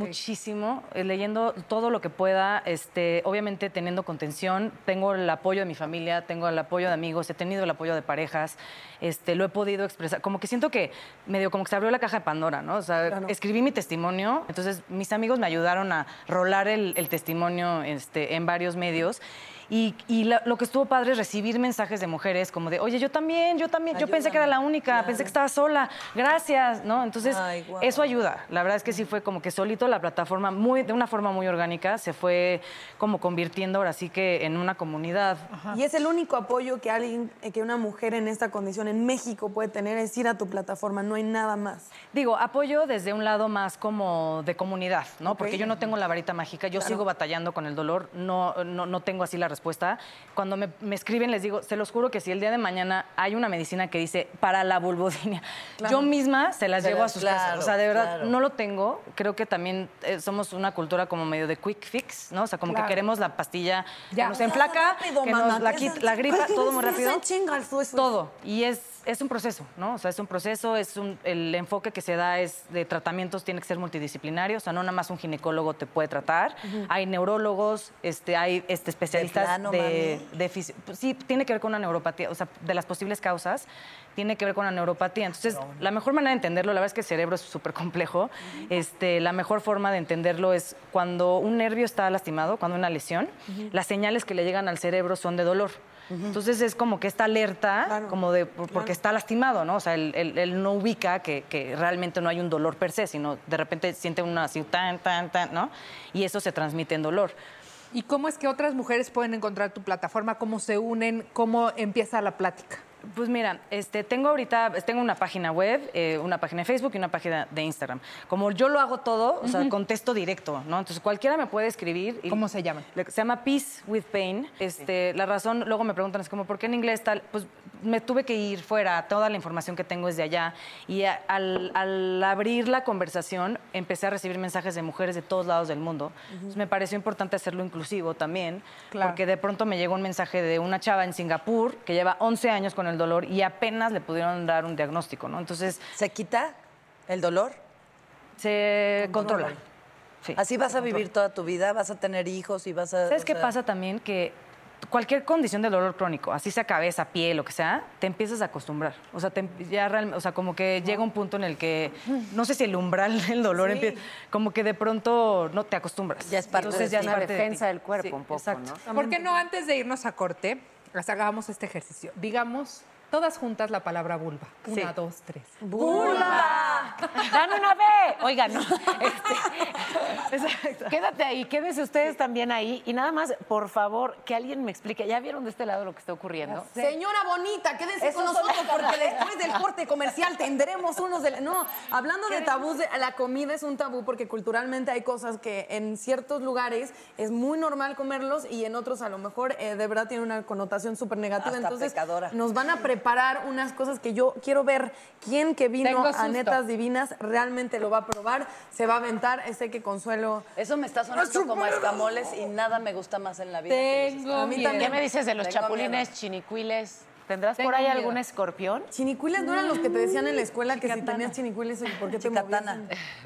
S6: muchísimo, eh, leyendo todo lo que pueda, este, obviamente teniendo contención, tengo el apoyo de mi familia, tengo el apoyo de amigos, he tenido el apoyo de parejas, este, lo he podido expresar, como que siento que medio como que se abrió la caja de Pandora, ¿no? O sea, escribí mi testimonio, entonces mis amigos me ayudaron a rolar el, el testimonio este, en varios medios. Y, y la- lo que estuvo padre es recibir mensajes de mujeres como de, oye, yo también, yo también, yo pensé que era la única, pensé que estaba sola, gracias, ¿no? Entonces,
S5: Ay, guau.
S6: eso ayuda. La verdad es que sí fue como que solito la plataforma, muy, de una forma muy orgánica, se fue como convirtiendo ahora sí que en una comunidad.
S1: Y es el único apoyo que alguien, eh, que una mujer en esta condición en México puede tener es ir a tu plataforma, no hay nada más.
S6: Digo, apoyo desde un lado más como de comunidad, ¿no? Porque yo no tengo la varita mágica, yo sigo batallando con el dolor, no, no, no tengo así la respuesta. Cuando me, me escriben les digo, se los juro que si el día de mañana hay una medicina que dice para la vulvodynia, yo misma se las
S5: Se
S6: llevo a
S5: las-
S6: sus casas.
S5: claro,
S6: O sea, de verdad,
S5: claro.
S6: no lo tengo. Creo que también eh, somos una cultura como medio de quick fix, ¿no? O sea, como que queremos la pastilla
S3: Ya.
S6: que nos emplaca,
S1: Rápido,
S6: que
S1: mana,
S6: nos la,
S1: ¿qué
S6: quita-
S1: es-
S6: la gripa,
S1: Ay,
S6: todo muy
S1: ¿qué es
S6: rápido
S1: esa chinga? Eso, eso,
S6: todo. Y es, es un proceso, ¿no? O sea, es un proceso, es un- el enfoque que se da es de tratamientos, tiene que ser multidisciplinario, o sea, no nada más un ginecólogo te puede tratar, hay neurólogos, este, hay este, especialistas de,
S5: plano, mami.
S6: de fisi- pues sí, tiene que ver con una neuropatía, o sea, de las posibles causas, tiene que ver con la neuropatía. Entonces, la mejor manera de entenderlo, la verdad es que el cerebro es súper complejo, este, la mejor forma de entenderlo es cuando un nervio está lastimado, cuando hay una lesión, las señales que le llegan al cerebro son de dolor. Entonces es como que esta alerta, como de por- porque está lastimado, ¿no? O sea, él, él- él no ubica que, que realmente no hay un dolor per se, sino de repente siente una así, tan, tan, tan, ¿no? Y eso se transmite en dolor.
S3: ¿Y cómo es que otras mujeres pueden encontrar tu plataforma? ¿Cómo se unen? ¿Cómo empieza la plática?
S6: Pues mira, este, tengo ahorita, tengo una página web, eh, una página de Facebook y una página de Instagram. Como yo lo hago todo, o sea, contesto directo, ¿no? Entonces cualquiera me puede escribir. y-
S3: ¿Cómo se llama?
S6: Le- Se llama Peace with Pain. Este, La razón, luego me preguntan, es como, ¿por qué en inglés tal? Pues me tuve que ir fuera, toda la información que tengo es de allá. Y a- al, al abrir la conversación, empecé a recibir mensajes de mujeres de todos lados del mundo. Entonces, me pareció importante hacerlo inclusivo también,
S3: Claro.
S6: porque de pronto me llegó un mensaje de una chava en Singapur que lleva 11 años con el dolor y apenas le pudieron dar un diagnóstico, ¿no? Entonces,
S5: ¿Se quita el dolor?
S6: se controla. Sí.
S5: Así vas a vivir toda tu vida, vas a tener hijos y vas a.
S6: ¿Sabes
S5: o
S6: qué
S5: sea,
S6: pasa también? Que cualquier condición de dolor crónico, así sea cabeza, piel, lo que sea, te empiezas a acostumbrar. O sea, te- em, ya real- o sea como que llega un punto en el que, no sé si el umbral del dolor empieza, como que de pronto no te acostumbras.
S5: Ya es parte
S6: Entonces
S5: de
S6: ya
S5: ti.
S6: es
S4: Una
S6: parte de
S4: defensa
S6: ti.
S4: del cuerpo
S6: Sí,
S4: un poco,
S6: exacto.
S4: ¿no?
S3: ¿Por qué no antes de irnos a corte, las hagamos este ejercicio? Digamos todas juntas la palabra vulva. Una, dos, tres.
S4: ¡Dame una B! Oigan, no. Este, Quédate ahí, quédense ustedes también ahí. Y nada más, por favor, que alguien me explique. ¿Ya vieron de este lado lo que está ocurriendo?
S1: Señora bonita, quédense con nosotros porque después del corte comercial tendremos unos de la- No, hablando de tabús, de- la comida es un tabú porque culturalmente hay cosas que en ciertos lugares es muy normal comerlos y en otros a lo mejor eh, de verdad tiene una connotación súper negativa.
S5: Hasta
S1: Entonces
S5: pecadora.
S1: nos van a preparar unas cosas que yo quiero ver quién que vino
S3: Tengo
S1: a
S3: susto.
S1: Netas Divinas realmente lo va a probar, se va a aventar, sé que Consuelo...
S5: Eso me está sonando como a escamoles y nada me gusta más en la vida. que los
S3: Tengo
S1: mí
S3: miedo.
S1: también.
S4: ¿Qué me dices de los
S5: Tengo
S4: chapulines chinicuiles? ¿Tendrás por
S3: Tengo
S4: ahí
S3: miedo.
S4: algún escorpión?
S1: Chinicuiles no eran los que te decían en la escuela que si tenías chinicuiles, ¿por qué te movías?
S5: Chicatana.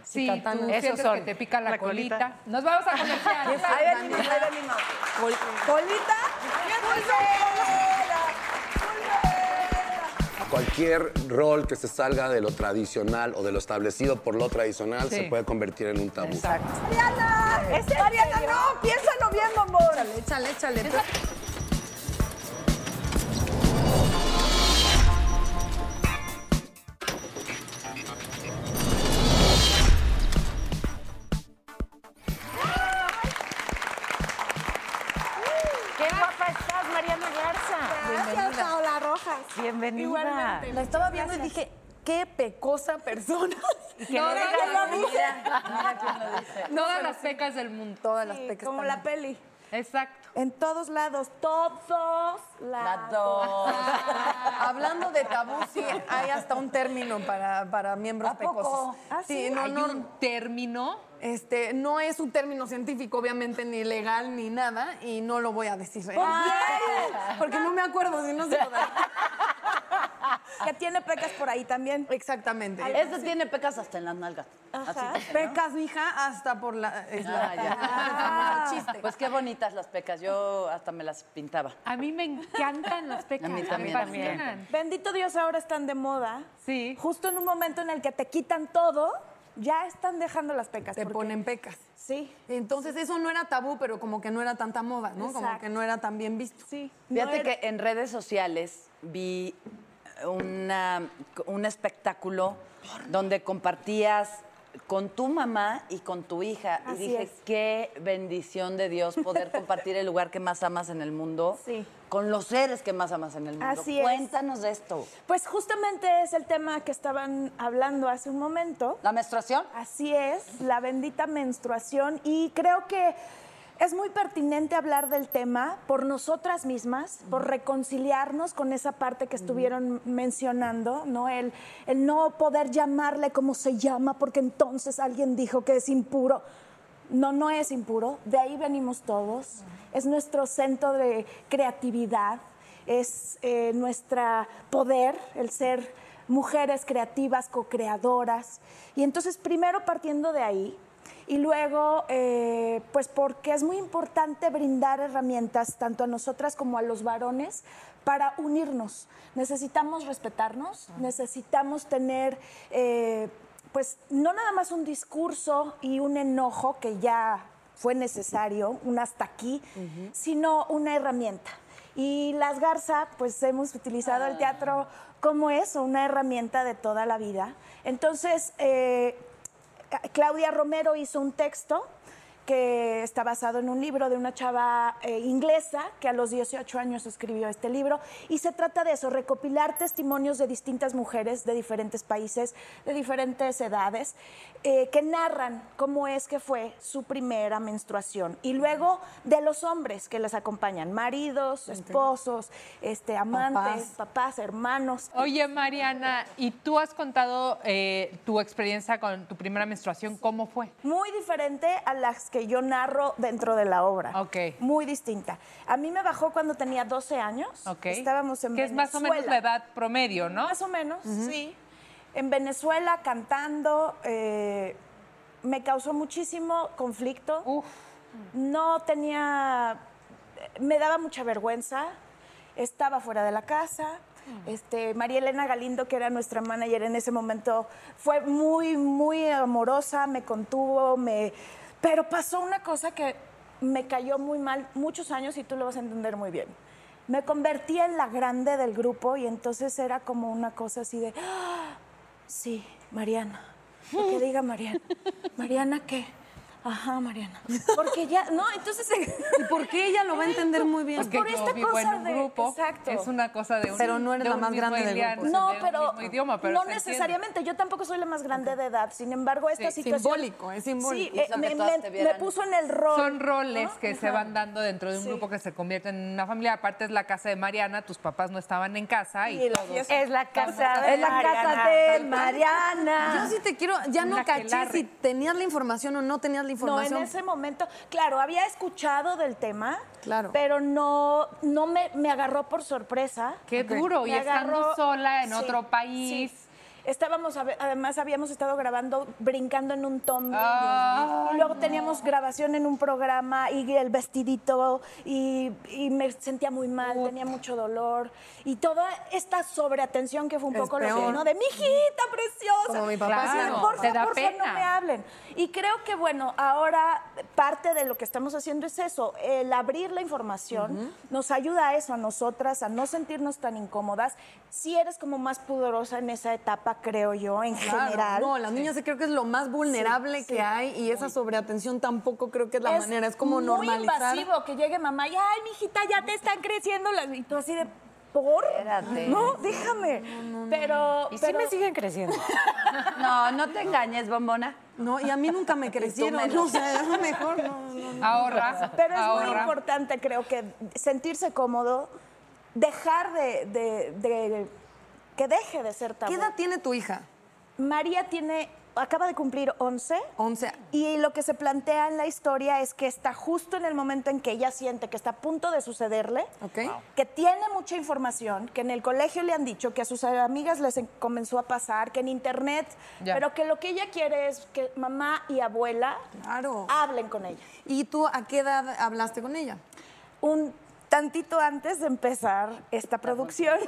S3: Sí,
S1: Chicatana.
S3: tú
S4: Esos
S3: sientes
S4: son.
S3: que te pica la,
S6: La
S3: colita.
S6: colita.
S3: Nos vamos a comercial.
S5: Ahí venimos, ahí venimos.
S1: ¿Colita?
S8: Cualquier rol que se salga de lo tradicional o de lo establecido por lo tradicional
S3: Sí.
S8: se puede convertir en un tabú.
S1: ¡Mariana! ¡Mariana, no! ¡Piénsalo bien, mamón! Échale, échale, pues. échale.
S4: ¡Qué guapa estás, Mariana Garza!
S9: Gracias, Paola Rojas.
S4: Bienvenida.
S1: La estaba viendo y dije, qué pecosa persona.
S4: Y que
S3: No,
S4: le
S3: no,
S4: diga
S3: no, no, Todas
S1: Pero
S3: las
S1: sí.
S3: pecas del mundo.
S1: Todas las pecas.
S9: Como la
S1: también.
S9: peli.
S3: Exacto.
S9: En todos lados, todos lados.
S5: dos.
S1: Hablando de tabú, sí, hay hasta un término para, para miembros
S5: ¿A poco?
S1: pecosos.
S9: ¿Ah, sí?
S1: no,
S3: Hay
S1: no,
S3: un término.
S1: Este, no es un término científico, obviamente, ni legal, ni nada, y no lo voy a decir.
S9: qué?
S1: Porque no me acuerdo, si no se lo da.
S9: Que tiene pecas por ahí también.
S1: Exactamente.
S5: Este tiene pecas hasta en las nalgas.
S9: Ajá.
S5: Así.
S1: Pecas, mija, hasta por la... es la-
S5: Ah, ya.
S1: Ah, famoso chiste.
S5: Pues qué bonitas las pecas. Yo hasta me las pintaba.
S3: A mí me encantan las pecas.
S5: A mí también,
S3: Me
S5: a mí también.
S3: fascinan.
S9: Bendito Dios, ahora están de moda.
S3: Sí.
S9: Justo en un momento en el que te quitan todo, ya están dejando las pecas.
S1: Te
S9: porque-
S1: ponen pecas.
S9: Sí.
S1: Entonces eso no era tabú, pero como que no era tanta moda, ¿no? Como
S9: Exacto.
S1: que no era tan bien visto.
S9: Sí.
S5: Fíjate
S9: No era-
S5: que en redes sociales vi eh, una- un espectáculo donde compartías con tu mamá y con tu hija.
S9: Así
S5: y dije,
S9: es.
S5: qué bendición de Dios poder compartir el lugar que más amas en el mundo
S9: Sí.
S5: con los seres que más amas en el mundo.
S9: Así es.
S5: Cuéntanos de esto.
S9: Pues justamente es el tema que estaban hablando hace un momento.
S5: ¿La menstruación?
S9: Así es, la bendita menstruación. Y creo que es muy pertinente hablar del tema por nosotras mismas, por reconciliarnos con esa parte que estuvieron mencionando, ¿no? El, el no poder llamarle como se llama, porque entonces alguien dijo que es impuro. No, no es impuro, de ahí venimos todos, es nuestro centro de creatividad, es eh, nuestra poder, el ser mujeres creativas, co-creadoras. Y entonces primero partiendo de ahí y luego eh, pues porque es muy importante brindar herramientas tanto a nosotras como a los varones para unirnos. Necesitamos respetarnos, necesitamos tener... eh, pues no nada más un discurso y un enojo que ya fue necesario, un hasta aquí, sino una herramienta. Y las Garza, pues hemos utilizado el teatro como eso, una herramienta de toda la vida. Entonces, eh, Claudia Romero hizo un texto que está basado en un libro de una chava eh, inglesa que a los 18 años escribió este libro y se trata de eso, recopilar testimonios de distintas mujeres de diferentes países, de diferentes edades, eh, que narran cómo es que fue su primera menstruación y luego de los hombres que les acompañan, maridos, esposos, este, amantes, papás hermanos.
S3: Oye, Mariana, ¿y tú has contado eh, tu experiencia con tu primera menstruación? ¿Cómo fue?
S9: Muy diferente a las que yo narro dentro de la obra.
S3: Ok.
S9: Muy distinta. A mí me bajó cuando tenía 12 años.
S3: Ok.
S9: Estábamos en
S3: Que es más o menos la
S9: Venezuela.
S3: edad promedio, ¿no?
S9: Más o menos, sí. En Venezuela cantando eh, me causó muchísimo conflicto.
S3: Uf.
S9: No tenía, me daba mucha vergüenza. Estaba fuera de la casa. Este, María Elena Galindo, que era nuestra manager en ese momento, fue muy, muy amorosa, me contuvo, me... Pero pasó una cosa que me cayó muy mal muchos años y tú lo vas a entender muy bien. Me convertí en la grande del grupo y entonces era como una cosa así de... "Ah, Sí, Mariana. Lo que diga Mariana. ¿Mariana qué? Ajá, Mariana. Porque ya, no, entonces...
S1: ¿Y por qué ella lo va a entender muy bien?
S9: Pues
S3: Que
S9: por
S3: yo
S9: esta
S3: vivo en
S9: cosa
S3: un
S9: de-
S3: grupo,
S9: exacto.
S3: Es una cosa de un
S1: Pero no eres
S3: de
S1: la
S3: un
S1: más
S3: mismo
S1: grande del
S3: idioma,
S1: grupo.
S3: de
S9: No,
S3: un
S9: pero,
S3: mismo idioma, pero
S9: no
S3: se entiende.
S9: necesariamente. Yo tampoco soy la más grande de edad. Sin embargo, esta
S3: Sí,
S9: situación...
S1: simbólico, es simbólico.
S9: Sí, eh,
S5: Hizo que
S9: me,
S5: todas
S9: me-
S5: te vieran.
S9: me puso en el rol.
S3: Son roles
S9: ¿no?
S3: que se
S9: Ajá.
S3: van dando dentro de un
S9: Sí.
S3: grupo que se convierte en una familia. Aparte es la casa de Mariana, tus papás no estaban en casa y,
S9: Y la
S3: todos-
S9: fiesta.
S6: Es la casa
S5: Es la casa de Mariana.
S1: Yo sí te quiero, ya no
S3: Una
S1: caché
S3: aquelarre.
S1: si tenías la información o no tenías la
S9: No,
S1: información.
S9: en ese momento, claro, había escuchado del tema,
S1: Claro.
S9: pero no, no me, me agarró por sorpresa.
S3: Qué duro, y
S9: Me agarró-
S3: estando sola en
S9: sí,
S3: otro país.
S9: sí. Estábamos, a- además habíamos estado grabando brincando en un tombo.
S3: Ay,
S9: y luego teníamos grabación en un programa y el vestidito y, y me sentía muy mal, tenía mucho dolor. Y toda esta sobreatención que fue un
S1: Es
S9: poco lo que,
S1: peor.
S9: ¿no? De mi hijita preciosa.
S1: Como mi papá
S9: Así de,
S3: Claro,
S9: "Porfa,
S3: te da
S9: porfa, no
S3: pena.
S9: me hablen. Y creo que, bueno, ahora parte de lo que estamos haciendo es eso, el abrir la información nos ayuda a eso, a nosotras, a no sentirnos tan incómodas. Si eres como más pudorosa en esa etapa, creo yo, en
S1: Claro,
S9: general.
S1: No, las niñas sí creo que es lo más vulnerable
S9: Sí,
S1: que
S9: sí.
S1: hay y esa sobreatención tampoco creo que es la manera, es como
S9: muy
S1: normalizar.
S9: invasivo que llegue mamá y, ay, mijita, ya te están creciendo las... Y tú así de... ¿Por?
S5: Espérate.
S9: No, déjame. Pero.
S5: Y sí
S9: pero-
S5: me siguen creciendo. No, no te engañes, bombona.
S1: No, y a mí nunca me crecieron.
S5: menos.
S1: No, o sea, es mejor no. no, no.
S9: Pero es muy
S1: Ahorra.
S9: importante, creo que sentirse cómodo, dejar de, de- de- que deje de ser tabú.
S1: ¿Qué edad tiene tu hija?
S9: María tiene acaba de cumplir 11.
S1: 11.
S9: Y lo que se plantea en la historia es que está justo en el momento en que ella siente que está a punto de sucederle,
S1: Ok. Wow.
S9: que tiene mucha información, que en el colegio le han dicho, que a sus amigas les en- comenzó a pasar, que en internet,
S1: Ya.
S9: pero que lo que ella quiere es que mamá y abuela
S1: Claro.
S9: hablen con ella.
S1: ¿Y tú a qué edad hablaste con ella?
S9: Un tantito antes de empezar esta producción.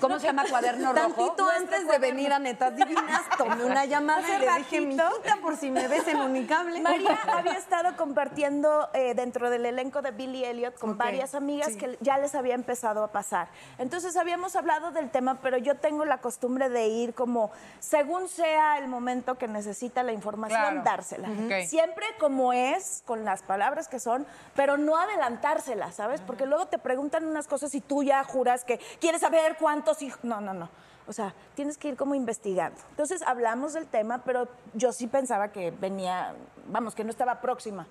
S5: ¿Cómo se llama cuaderno rojo?
S1: Tantito antes de venir a Netas Divinas, tomé una llamada y
S9: Hace
S1: le dije, mijita, por si me ves en unicable.
S9: María había estado compartiendo eh, dentro del elenco de Billy Elliot con
S1: Ok,
S9: varias amigas
S1: sí.
S9: que ya les había empezado a pasar. Entonces habíamos hablado del tema, pero yo tengo la costumbre de ir como según sea el momento que necesita la información,
S3: Claro.
S9: dársela.
S3: Ujú. Ok.
S9: Siempre como es, con las palabras que son, pero no adelantársela, ¿sabes? Porque luego te preguntan unas cosas y tú ya juras que quieres saber cuántos hijos. No, no, no. O sea, tienes que ir como investigando. Entonces hablamos del tema, pero yo sí pensaba que venía, vamos, que no estaba próxima.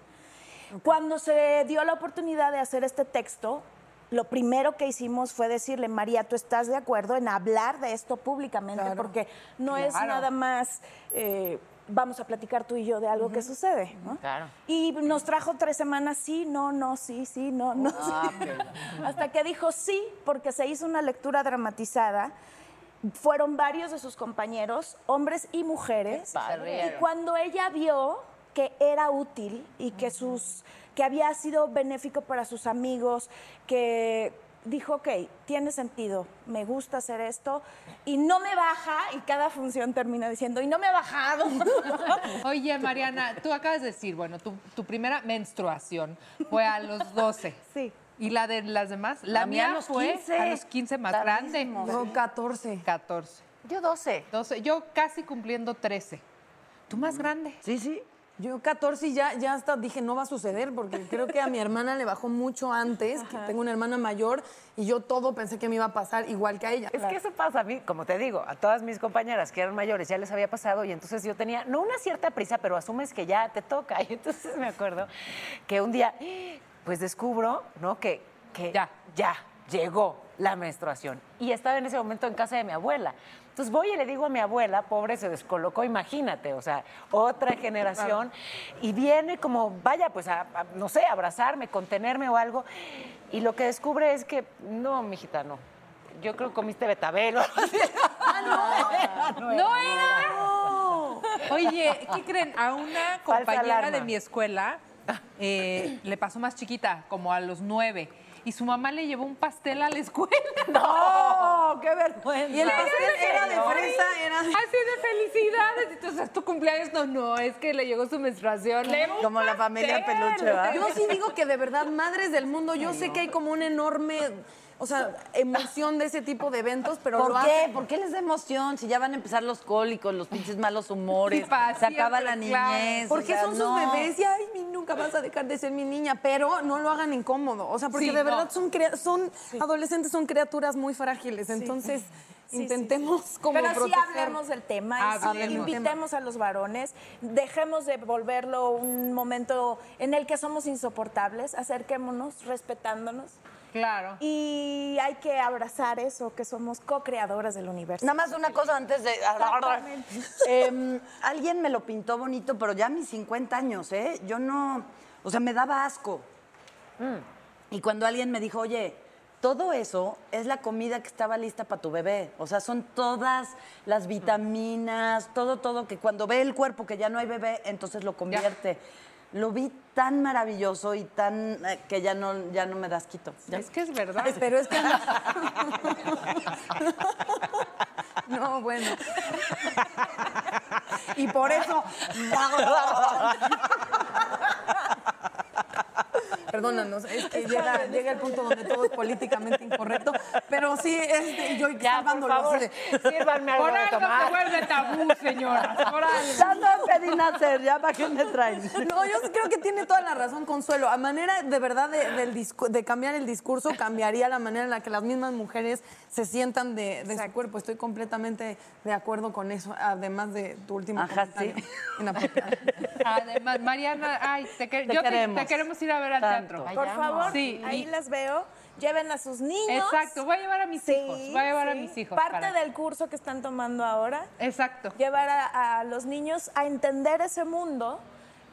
S9: Cuando se dio la oportunidad de hacer este texto, lo primero que hicimos fue decirle, María, ¿tú estás de acuerdo en hablar de esto públicamente?
S1: Claro.
S9: Porque no es
S1: Claro.
S9: nada más, eh, vamos a platicar tú y yo de algo que sucede. ¿no?
S4: Claro.
S9: Y nos trajo tres semanas, sí, no, no, sí, sí, no, no. sí. Hasta que dijo sí, porque se hizo una lectura dramatizada. Fueron varios de sus compañeros, hombres y mujeres.
S4: padre.
S9: Y cuando ella vio que era útil y que sus que había sido benéfico para sus amigos, que dijo, ok, tiene sentido, me gusta hacer esto, y no me baja, y cada función termina diciendo, y no me ha bajado.
S3: Oye, Mariana, tú acabas de decir, bueno, tu, tu primera menstruación fue a los 12.
S9: Sí.
S3: ¿Y la de las demás? La,
S5: La mía a los
S3: fue
S5: 15.
S3: a los 15 más
S5: Tardísimo.
S3: grande.
S1: No, 14.
S3: 14.
S4: Yo 12.
S3: 12. Yo casi cumpliendo 13. ¿Tú más grande?
S5: Sí, sí.
S1: Mm. Yo 14 y ya, ya hasta dije, no va a suceder, porque creo que a mi hermana le bajó mucho antes, que tengo una hermana mayor, y yo todo pensé que me iba a pasar igual que a ella.
S4: Es que eso pasa a mí, como te digo, a todas mis compañeras que eran mayores ya les había pasado y entonces yo tenía, no una cierta prisa, pero asumes que ya te toca. Y entonces me acuerdo que un día, pues descubro, ¿no? Que, que
S3: Ya.
S4: ya llegó la menstruación. Y estaba en ese momento en casa de mi abuela. Entonces voy y le digo a mi abuela, pobre, se descolocó, imagínate, o sea, otra generación. Y viene como, vaya, pues, a, a, no sé, abrazarme, contenerme o algo. Y lo que descubre es que, no, mijita, no. Yo creo que comiste betabel. o algo así.
S3: ¡No, era! Oye, ¿qué creen? A una compañera
S4: alarma.
S3: de mi escuela eh, le pasó más chiquita, como a los 9. Y su mamá le llevó un pastel a la escuela.
S5: ¡No! ¡Qué vergüenza!
S1: Y el pastel era de fresa, era de...
S3: Así de felicidades. Entonces, tu cumpleaños no, no, es que le llegó su menstruación. Le llevo un
S5: Como la familia
S3: pastel.
S5: peluche, ¿verdad?
S1: Yo sí digo que de verdad, madres del mundo, yo sé que hay como una enorme, o sea, emoción de ese tipo de eventos, pero lo
S5: ¿Por qué?
S1: hacen.
S5: ¿Por qué les da emoción? Si ya van a empezar los cólicos, los pinches malos humores,
S3: Sí, pa,
S5: se acaba
S3: siempre,
S5: la
S3: claro.
S5: niñez. o
S1: Porque
S5: sea,
S1: son
S5: no.
S1: sus bebés y ay, mi- nunca vas a dejar de ser mi niña, pero no lo hagan incómodo. O sea, porque
S3: Sí,
S1: de verdad
S3: no.
S1: son, crea- son adolescentes, son criaturas muy frágiles. Entonces, intentemos como
S9: Pero sí
S1: proteger.
S9: hablemos del tema, y sí
S3: Hablemos.
S9: invitemos a los varones, dejemos de volverlo un momento en el que somos insoportables, acerquémonos respetándonos
S3: Claro.
S9: y hay que abrazar eso, que somos co-creadoras del universo.
S5: Nada más una cosa antes de...
S9: Exactamente.
S5: Em, alguien me lo pintó bonito, pero ya a mis 50 años, ¿eh? Yo no... O sea, me daba asco.
S3: Mm.
S5: Y cuando alguien me dijo, oye, todo eso es la comida que estaba lista para tu bebé. O sea, son todas
S3: Mm.
S5: las vitaminas, todo, todo, que cuando ve el cuerpo que ya no hay bebé, entonces lo convierte. Lo vi tan maravilloso y tan... eh, que ya no, ya no me das quito. Ya.
S3: Es que es verdad.
S1: Ay, pero es que. No, bueno. Y por eso. Perdónanos, es que llega, llega el punto donde todo es políticamente incorrecto. Pero Pero sí, este, yo
S4: Ya, por favor, sírvanme algo
S3: Por
S4: de
S3: algo
S4: tomar.
S3: se vuelve tabú, señoras. Por algo.
S5: Ya no pedí nacer, ya para qué me traen.
S1: No, yo sí creo que tiene toda la razón Consuelo. A manera de verdad de, del discu- de cambiar el discurso, cambiaría la manera en la que las mismas mujeres se sientan de, de su cuerpo. Estoy completamente de acuerdo con eso, además de tu último
S5: Ajá,
S1: comentario.
S5: sí.
S1: Inapropiado.
S3: Además, Mariana, ay, te, quer-
S5: Te
S3: yo te-
S5: queremos.
S3: te queremos ir a ver al
S5: Tanto.
S3: teatro.
S9: Por favor,
S3: Sí,
S9: ahí
S3: y-
S9: las veo. Lleven a sus niños.
S3: Exacto, voy a llevar a mis
S9: Sí,
S3: hijos. Voy a llevar a
S9: sí.
S3: mis hijos.
S9: Parte
S3: para-
S9: del curso que están tomando ahora,
S3: Exacto.
S9: llevar a, a los niños a entender ese mundo.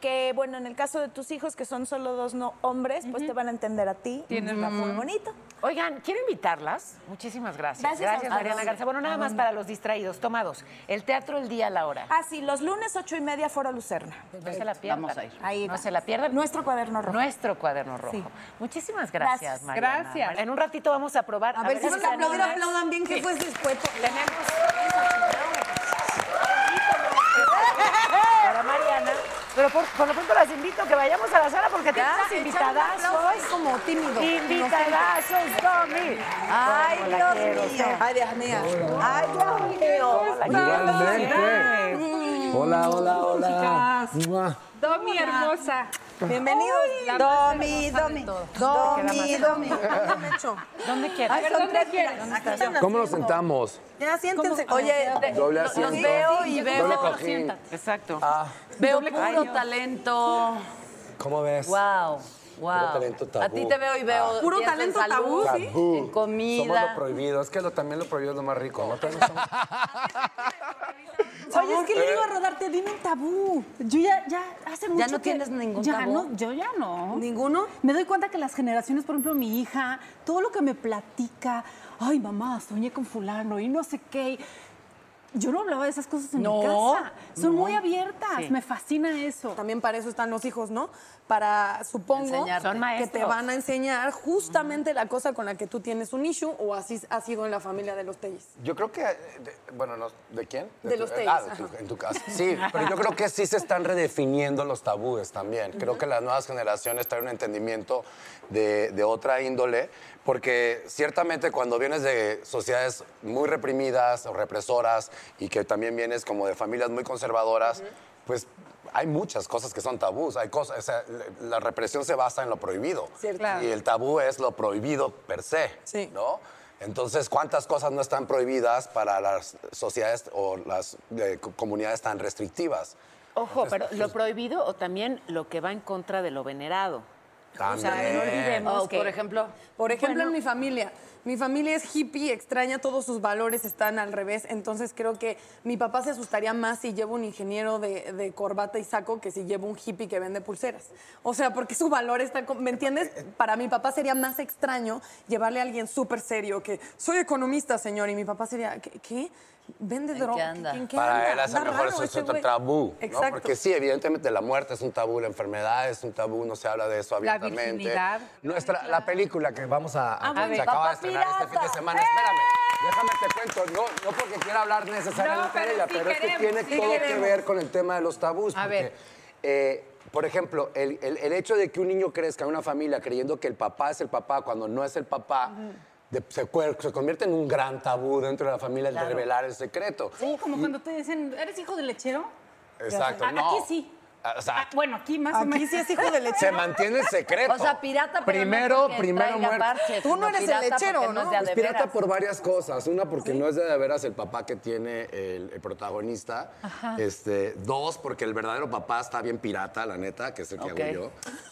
S9: Que bueno, en el caso de tus hijos, que son solo dos no hombres, pues te van a entender a ti.
S3: Tienes
S9: Está
S3: razón.
S9: muy bonito.
S4: Oigan, quiero invitarlas. Muchísimas gracias.
S9: Gracias a ustedes.
S4: Mariana Garza. Bueno, nada más para los distraídos. Tomados. El teatro, el día, la hora.
S9: Ah, sí, los lunes ocho y media Foro Lucerna.
S4: No se la pierdan.
S5: Vamos a ir.
S9: Ahí
S4: no
S9: va.
S4: se la pierdan.
S9: Nuestro cuaderno rojo.
S4: Nuestro cuaderno rojo. Muchísimas gracias,
S9: Gracias.
S4: Mariana.
S3: Gracias.
S4: En un ratito vamos a probar.
S1: A ver si van a
S4: están
S1: aplaudir,
S4: unas-
S1: aplaudan bien, que pues después.
S4: Tenemos para Mariana. Pero por, por lo pronto las invito a que vayamos a la sala porque tenemos invitadazos.
S1: Es como tímido.
S4: Invitadazos, Tommy.
S5: Ay,
S4: Cómo la
S5: Dios
S4: quiero,
S5: mío.
S4: Tommy.
S1: Ay, Dios mío.
S5: Ay, Dios mío.
S8: Igualmente. Hola, hola, hola. Mua.
S3: Domi hermosa.
S1: Bienvenidos.
S3: La
S5: Domi,
S3: más hermosa de
S5: Domi,
S3: todas.
S5: Domi, Domi.
S4: ¿Dónde quieres?
S3: A ver, ¿dónde quieres?
S8: ¿Cómo nos sentamos?
S1: Ya siéntense.
S5: Oye, de-
S8: Doble
S5: los
S8: asiento.
S5: veo y
S8: Doble
S5: veo,
S8: cojín. Ah,
S4: Exacto.
S5: veo puro talento.
S8: ¿Cómo ves?
S5: Wow, wow.
S8: Puro talento tabú.
S5: A ti te veo y veo.
S8: Ah.
S1: Puro
S5: pienso en
S1: talento
S5: salud,
S1: tabú, sí.
S8: Tabú.
S5: En
S8: Somos lo
S5: comida.
S8: prohibido. Es que lo, también lo prohibido es lo más rico. ¿no? Todos somos- Eh,
S1: Oye, es que le digo a Rodarte, dime un tabú. Yo ya, ya hace mucho
S5: no
S1: que-
S5: tienes ningún
S1: ya
S5: tabú?
S1: No, yo ya no.
S5: ¿Ninguno?
S1: Me doy cuenta que las generaciones, por ejemplo, mi hija, todo lo que me platica, ay, mamá, soñé con fulano y no sé qué. y- Yo no hablaba de esas cosas en mi casa. Son muy abiertas, me fascina eso. También para eso están los hijos, ¿no? Para, supongo,
S5: Enseñarte. Son
S1: que te van a enseñar justamente la cosa con la que tú tienes un issue o así ha sido en la familia de los Tellis.
S8: Yo creo que, eh, de- bueno, no- ¿de quién?
S1: De
S8: tu-
S1: los
S8: eh,
S1: tenis,
S8: Ah, de tu- en tu casa. Sí, pero yo creo que sí se están redefiniendo los tabúes también. Creo que las nuevas generaciones traen un entendimiento de, de otra índole, porque ciertamente cuando vienes de sociedades muy reprimidas o represoras y que también vienes como de familias muy conservadoras, pues hay muchas cosas que son tabús. Hay cosas, o sea, la- la represión se basa en lo prohibido.
S1: Cierto.
S8: Y el tabú es lo prohibido per se,
S1: Sí.
S8: ¿no? Entonces, ¿cuántas cosas no están prohibidas para las sociedades o las eh, co- comunidades tan restrictivas?
S4: Ojo, pero lo prohibido o también lo que va en contra de lo venerado. O sea,
S8: También.
S4: no olvidemos
S5: Oh,
S4: que...
S5: por ejemplo.
S1: Por ejemplo, en mi familia. Mi familia es hippie, extraña, todos sus valores están al revés. Entonces creo que mi papá se asustaría más si llevo un ingeniero de, de corbata y saco que si llevo un hippie que vende pulseras. O sea, porque su valor está. con- ¿Me entiendes? Para mi papá sería más extraño llevarle a alguien súper serio que soy economista, señor. Y mi papá sería, ¿qué? qué? ¿Vende
S5: ¿En qué
S1: droga?
S5: anda?
S8: Para él, a
S1: anda
S8: lo mejor
S1: raro
S8: eso es
S1: ese
S8: otro
S1: güey.
S8: tabú. ¿no?
S1: Exacto.
S8: Porque sí, evidentemente la muerte es un tabú, la enfermedad es un tabú, no se habla de eso
S3: La
S8: abiertamente.
S3: virginidad.
S8: Nuestra, la película que vamos a,
S1: Ah,
S3: Ah,
S8: a-
S4: bueno.
S8: se acaba
S5: Papá
S8: de estrenar este fin de
S5: Pirata.
S8: semana. Espérame, déjame te cuento, no, no porque quiera hablar necesariamente
S3: ¡Eh! No, pero
S8: de ella,
S3: sí
S8: pero es que
S3: queremos,
S8: tiene
S3: sí
S8: todo que
S3: queremos.
S8: ver con el tema de los tabús.
S3: A
S8: porque,
S3: ver.
S8: eh, por ejemplo, el, el- el hecho de que un niño crezca en una familia creyendo que el papá es el papá cuando no es el papá. de- se, cuer- se convierte en un gran tabú dentro de la familia el de revelar el secreto.
S10: Sí, como cuando te dicen, ¿eres hijo del lechero?
S8: Exacto,
S10: Ah,
S8: no.
S10: Aquí sí.
S8: Ah, O sea,
S10: Ah, bueno, aquí más o
S1: Aquí
S10: menos.
S1: sí es hijo de leche.
S8: se mantiene el secreto.
S5: O sea, pirata, pero no
S8: primero,
S5: porque
S8: primero
S5: traiga
S8: muerto.
S5: parches,
S1: Tú no
S5: sino
S1: eres el
S5: pirata
S1: lechero,
S5: porque
S1: ¿no?
S5: es de a
S8: Es
S5: de
S8: pirata
S5: veras.
S8: por varias cosas. Una, porque no es de, de veras el papá que tiene el, el protagonista. Este, dos, porque el verdadero papá está bien pirata, la neta, que es el que
S5: Ok.
S8: hago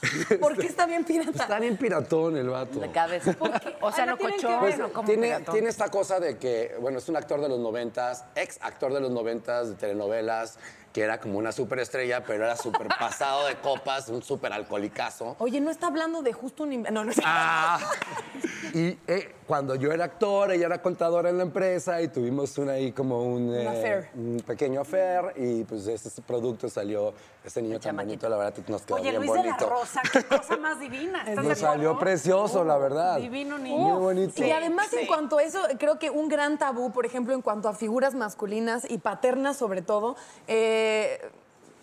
S8: yo.
S1: ¿Por qué está bien pirata?
S8: Está bien piratón el vato.
S5: De cabeza.
S4: O
S5: Ah,
S4: sea, no cochón,
S8: Pues,
S4: no como
S8: tiene,
S4: pegatón.
S8: tiene esta cosa de que, bueno, es un actor de los noventas, ex actor de los noventas de telenovelas, que era como una superestrella, pero era súper pasado de copas, un súper alcoholicazo.
S1: Oye, no está hablando de justo un. inve- No, no está.
S8: Ah. Y eh, cuando yo era actor, ella era contadora en la empresa y tuvimos una ahí como un, eh,
S1: affair.
S8: un pequeño affair y pues ese producto salió, ese niño tan bonito, la verdad que nos quedó
S10: Oye,
S8: bien
S10: Luis de la
S8: bonito.
S10: Rosa, qué cosa más divina. ¿Estás de
S8: Nos
S10: acuerdo?
S8: salió precioso, la verdad.
S10: divino niño.
S8: Muy
S10: Uf,
S8: bonito.
S1: Y además en cuanto a eso, creo que un gran tabú, por ejemplo, en cuanto a figuras masculinas y paternas sobre todo, eh,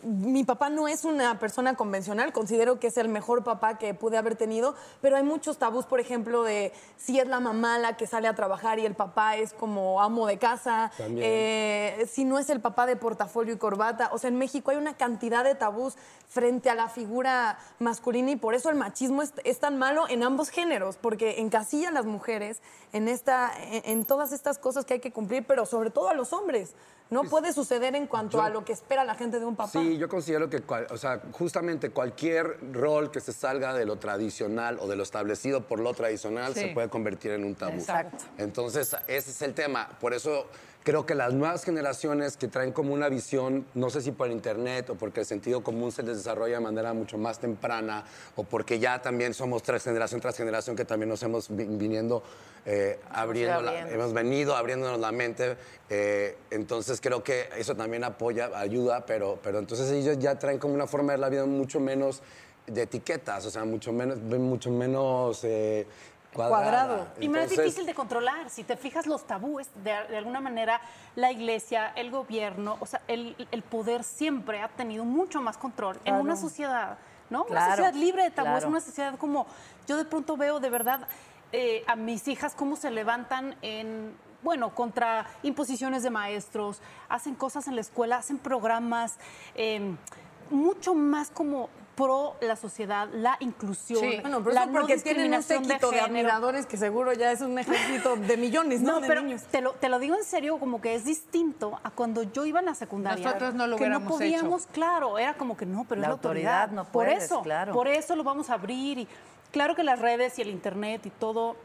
S1: mi papá no es una persona convencional, considero que es el mejor papá que pude haber tenido, pero hay muchos tabús, por ejemplo, de si es la mamá la que sale a trabajar y el papá es como amo de casa,
S11: También.
S1: eh, si no es el papá de portafolio y corbata. O sea, en México hay una cantidad de tabús frente a la figura masculina y por eso el machismo es, es tan malo en ambos géneros, porque encasilla a las mujeres en, esta, en, en todas estas cosas que hay que cumplir, pero sobre todo a los hombres. No puede suceder en cuanto
S8: yo-
S1: a lo que espera la gente de un papá.
S8: Sí, yo considero que, cual- o sea, justamente cualquier rol que se salga de lo tradicional o de lo establecido por lo tradicional
S1: Sí.
S8: se puede convertir en un tabú.
S1: Exacto.
S8: Entonces, ese es el tema. Por eso creo que las nuevas generaciones que traen como una visión, no sé si por internet o porque el sentido común se les desarrolla de manera mucho más temprana o porque ya también somos tras generación tras generación que también nos hemos vi- viniendo eh, abriendo, la-
S12: abriendo.
S8: hemos venido abriéndonos la mente. eh, entonces creo que eso también apoya, ayuda, pero, pero entonces ellos ya traen como una forma de ver la vida mucho menos de etiquetas, o sea, mucho menos, mucho menos eh, cuadrada.
S10: Y más
S8: Entonces-
S10: difícil de controlar. Si te fijas los tabúes, de, de alguna manera, la iglesia, el gobierno, o sea, el, el poder siempre ha tenido mucho más control
S5: Claro.
S10: en una sociedad, ¿no?
S5: Claro,
S10: una sociedad libre de tabúes,
S5: claro.
S10: una sociedad como yo de pronto veo de verdad eh, a mis hijas cómo se levantan en... Bueno, contra imposiciones de maestros, hacen cosas en la escuela, hacen programas, eh, mucho más como pro la sociedad, la inclusión,
S1: Bueno, pero
S10: la
S1: eso porque tienen un
S10: discriminación
S1: séquito de,
S10: género.
S1: admiradores que seguro ya es un ejército de millones, ¿no?
S10: No,
S1: De
S10: pero
S1: niños.
S10: te lo, te lo digo en serio, como que es distinto a cuando yo iba en la secundaria.
S3: Nosotros no lo
S10: que no
S3: hubiéramos
S10: podíamos, claro, era como que no, pero
S5: La
S10: es la autoridad.
S5: autoridad, no
S10: por
S5: puedes,
S10: eso,
S5: claro.
S10: por eso lo vamos a abrir y claro que las redes y el internet y todo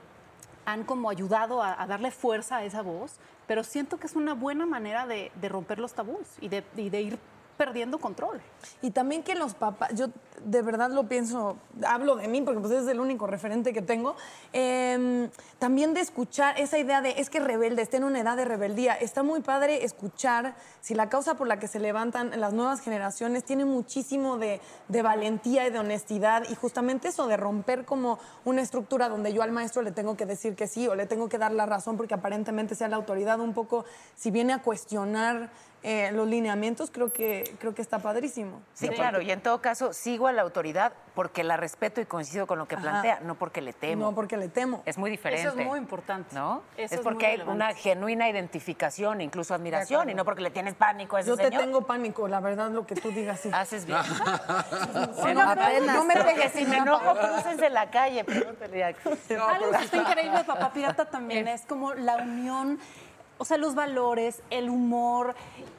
S10: han como ayudado a, a darle fuerza a esa voz, pero siento que es una buena manera de, de romper los tabús y de, y de ir perdiendo control.
S1: Y también que los papás, yo de verdad lo pienso, hablo de mí porque pues es el único referente que tengo, eh, también de escuchar esa idea de es que rebelde, está en una edad de rebeldía, está muy padre escuchar si la causa por la que se levantan las nuevas generaciones tiene muchísimo de, de valentía y de honestidad y justamente eso de romper como una estructura donde yo al maestro le tengo que decir que sí o le tengo que dar la razón porque aparentemente sea la autoridad un poco, si viene a cuestionar eh, los lineamientos, creo que, creo que está padrísimo.
S4: Sí, claro, y en todo caso sigo a la autoridad porque la respeto y coincido con lo que
S1: Ajá.
S4: plantea, no porque le temo.
S1: No, porque le temo.
S4: Es muy diferente.
S10: importante.
S4: ¿No?
S10: Eso
S4: es
S10: es
S4: porque
S10: muy
S4: hay
S10: relevante.
S4: una genuina identificación, incluso admiración,
S1: De
S4: y no porque le tienes pánico a ese
S1: Yo te
S4: Pues, señor.
S1: tengo pánico, la verdad, lo que tú digas. Sí.
S4: Haces bien.
S1: Oiga, pero no me
S4: Porque
S1: pegues,
S4: si me
S1: señora
S4: enojo,
S1: Paola.
S4: crucense la calle. pregúntale a-
S10: Algo que está increíble de Papá Pirata también es como la unión, o sea, los valores, el humor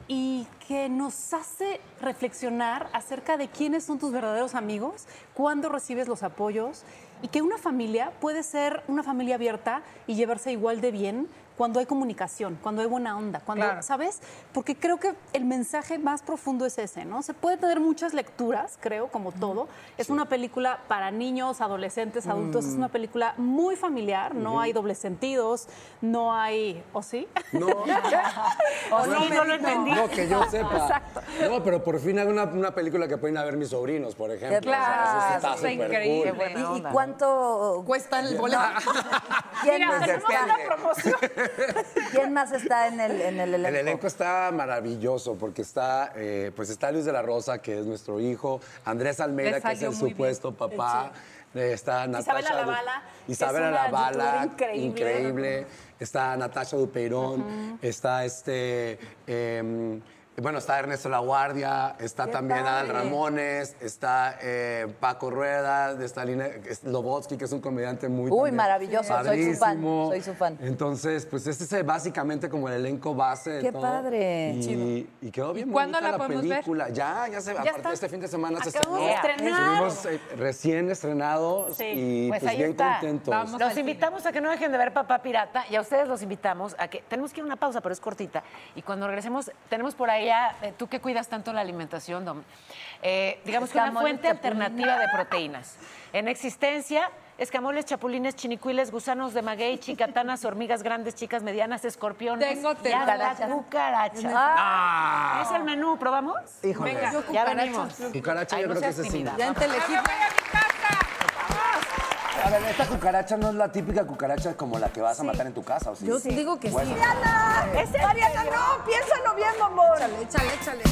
S10: y que nos hace reflexionar acerca de quiénes son tus verdaderos amigos, cuándo recibes los apoyos y que una familia puede ser una familia abierta y llevarse igual de bien cuando hay comunicación, cuando hay buena onda, cuando,
S3: Claro.
S10: ¿sabes? Porque creo que el mensaje más profundo es ese, ¿no? Se puede tener muchas lecturas, creo, como todo. Es una película para niños, adolescentes, adultos, es
S11: Mm.
S10: una película muy familiar, no
S11: Ujú.
S10: hay dobles sentidos, no hay, ¿o sí?
S8: No.
S10: o sí, no lo
S8: Medito.
S10: entendí.
S8: No, que yo sepa.
S10: Exacto.
S8: No, pero por fin hay una, una película que pueden ir a ver mis sobrinos, por ejemplo.
S11: Claro,
S8: eso
S11: eso está
S8: supercool.
S11: increíble. Qué buena ¿Y- y onda.
S5: ¿Cuánto
S1: cuesta el
S5: boleto? ¿Quién
S11: Mira,
S5: más
S11: tenemos
S5: está?
S11: una
S4: promoción.
S5: ¿Quién más está en el, en el
S8: El
S5: elenco?
S8: elenco está maravilloso porque está, eh, pues está Luis de la Rosa, que es nuestro hijo, Andrés Almeida,
S10: Le
S8: que es
S10: salió
S8: el
S10: muy
S8: supuesto
S10: bien.
S8: papá, eh, está Natasha...
S10: Isabela
S8: Du-
S10: Lavala, que
S8: Isabela
S10: es una
S8: Lavala,
S10: youtuber
S8: increíble.
S10: increíble.
S8: está Natasha Dupeirón, está este... eh, bueno, está Ernesto La Guardia, está
S12: Qué
S8: también Adal
S12: padre.
S8: Ramones, está eh, Paco Rueda, está Lina es- Lobotsky, que es un comediante muy...
S5: Uy,
S8: también
S5: maravilloso, soy su fan,
S8: padrísimo.
S5: soy su fan.
S8: Entonces, pues este es eh, básicamente como el elenco base de
S5: ¡Qué
S8: todo.
S5: padre!
S8: Y, y quedó bien
S5: cuándo
S8: bonita
S5: la podemos ver?
S8: película. Ya, ya
S5: Ya
S8: se va. Aparte,
S5: está.
S8: este fin de semana se
S5: Acabamos
S8: estrenó.
S5: de estrenar.
S8: Estuvimos eh, recién estrenados
S4: Sí.
S8: y pues,
S4: ahí
S8: bien
S4: está.
S8: contentos.
S4: los invitamos a que no dejen de ver Papá Pirata y a ustedes los invitamos a que tenemos que ir a una pausa, pero es cortita. Y cuando regresemos, tenemos por ahí a eh, tú que cuidas tanto la alimentación, Dom. Eh, digamos que una
S5: Escamoles,
S4: fuente alternativa de proteínas. En existencia, escamoles, chapulines, chinicuiles, gusanos de maguey, chicatanas, hormigas grandes, chicas medianas, escorpiones.
S3: Tengo
S4: y
S3: temor.
S4: hasta cucarachas.
S3: Ah.
S4: Es el menú, ¿probamos?
S8: Híjole.
S4: Venga,
S8: Yo
S4: ya
S8: cucarachas,
S4: venimos.
S8: no. Cucaracha yo creo que ese sí. Ya en
S1: Telehit.
S8: A ver, esta cucaracha no es la típica cucaracha como la que vas a matar en tu casa, ¿o sí?
S1: Yo digo que
S8: Bueno.
S1: sí.
S5: ¡Mariana!
S1: ¿Es en
S5: ¡Mariana,
S1: serio?
S5: no! ¡Piénsalo bien, mamón!
S1: Échale, échale.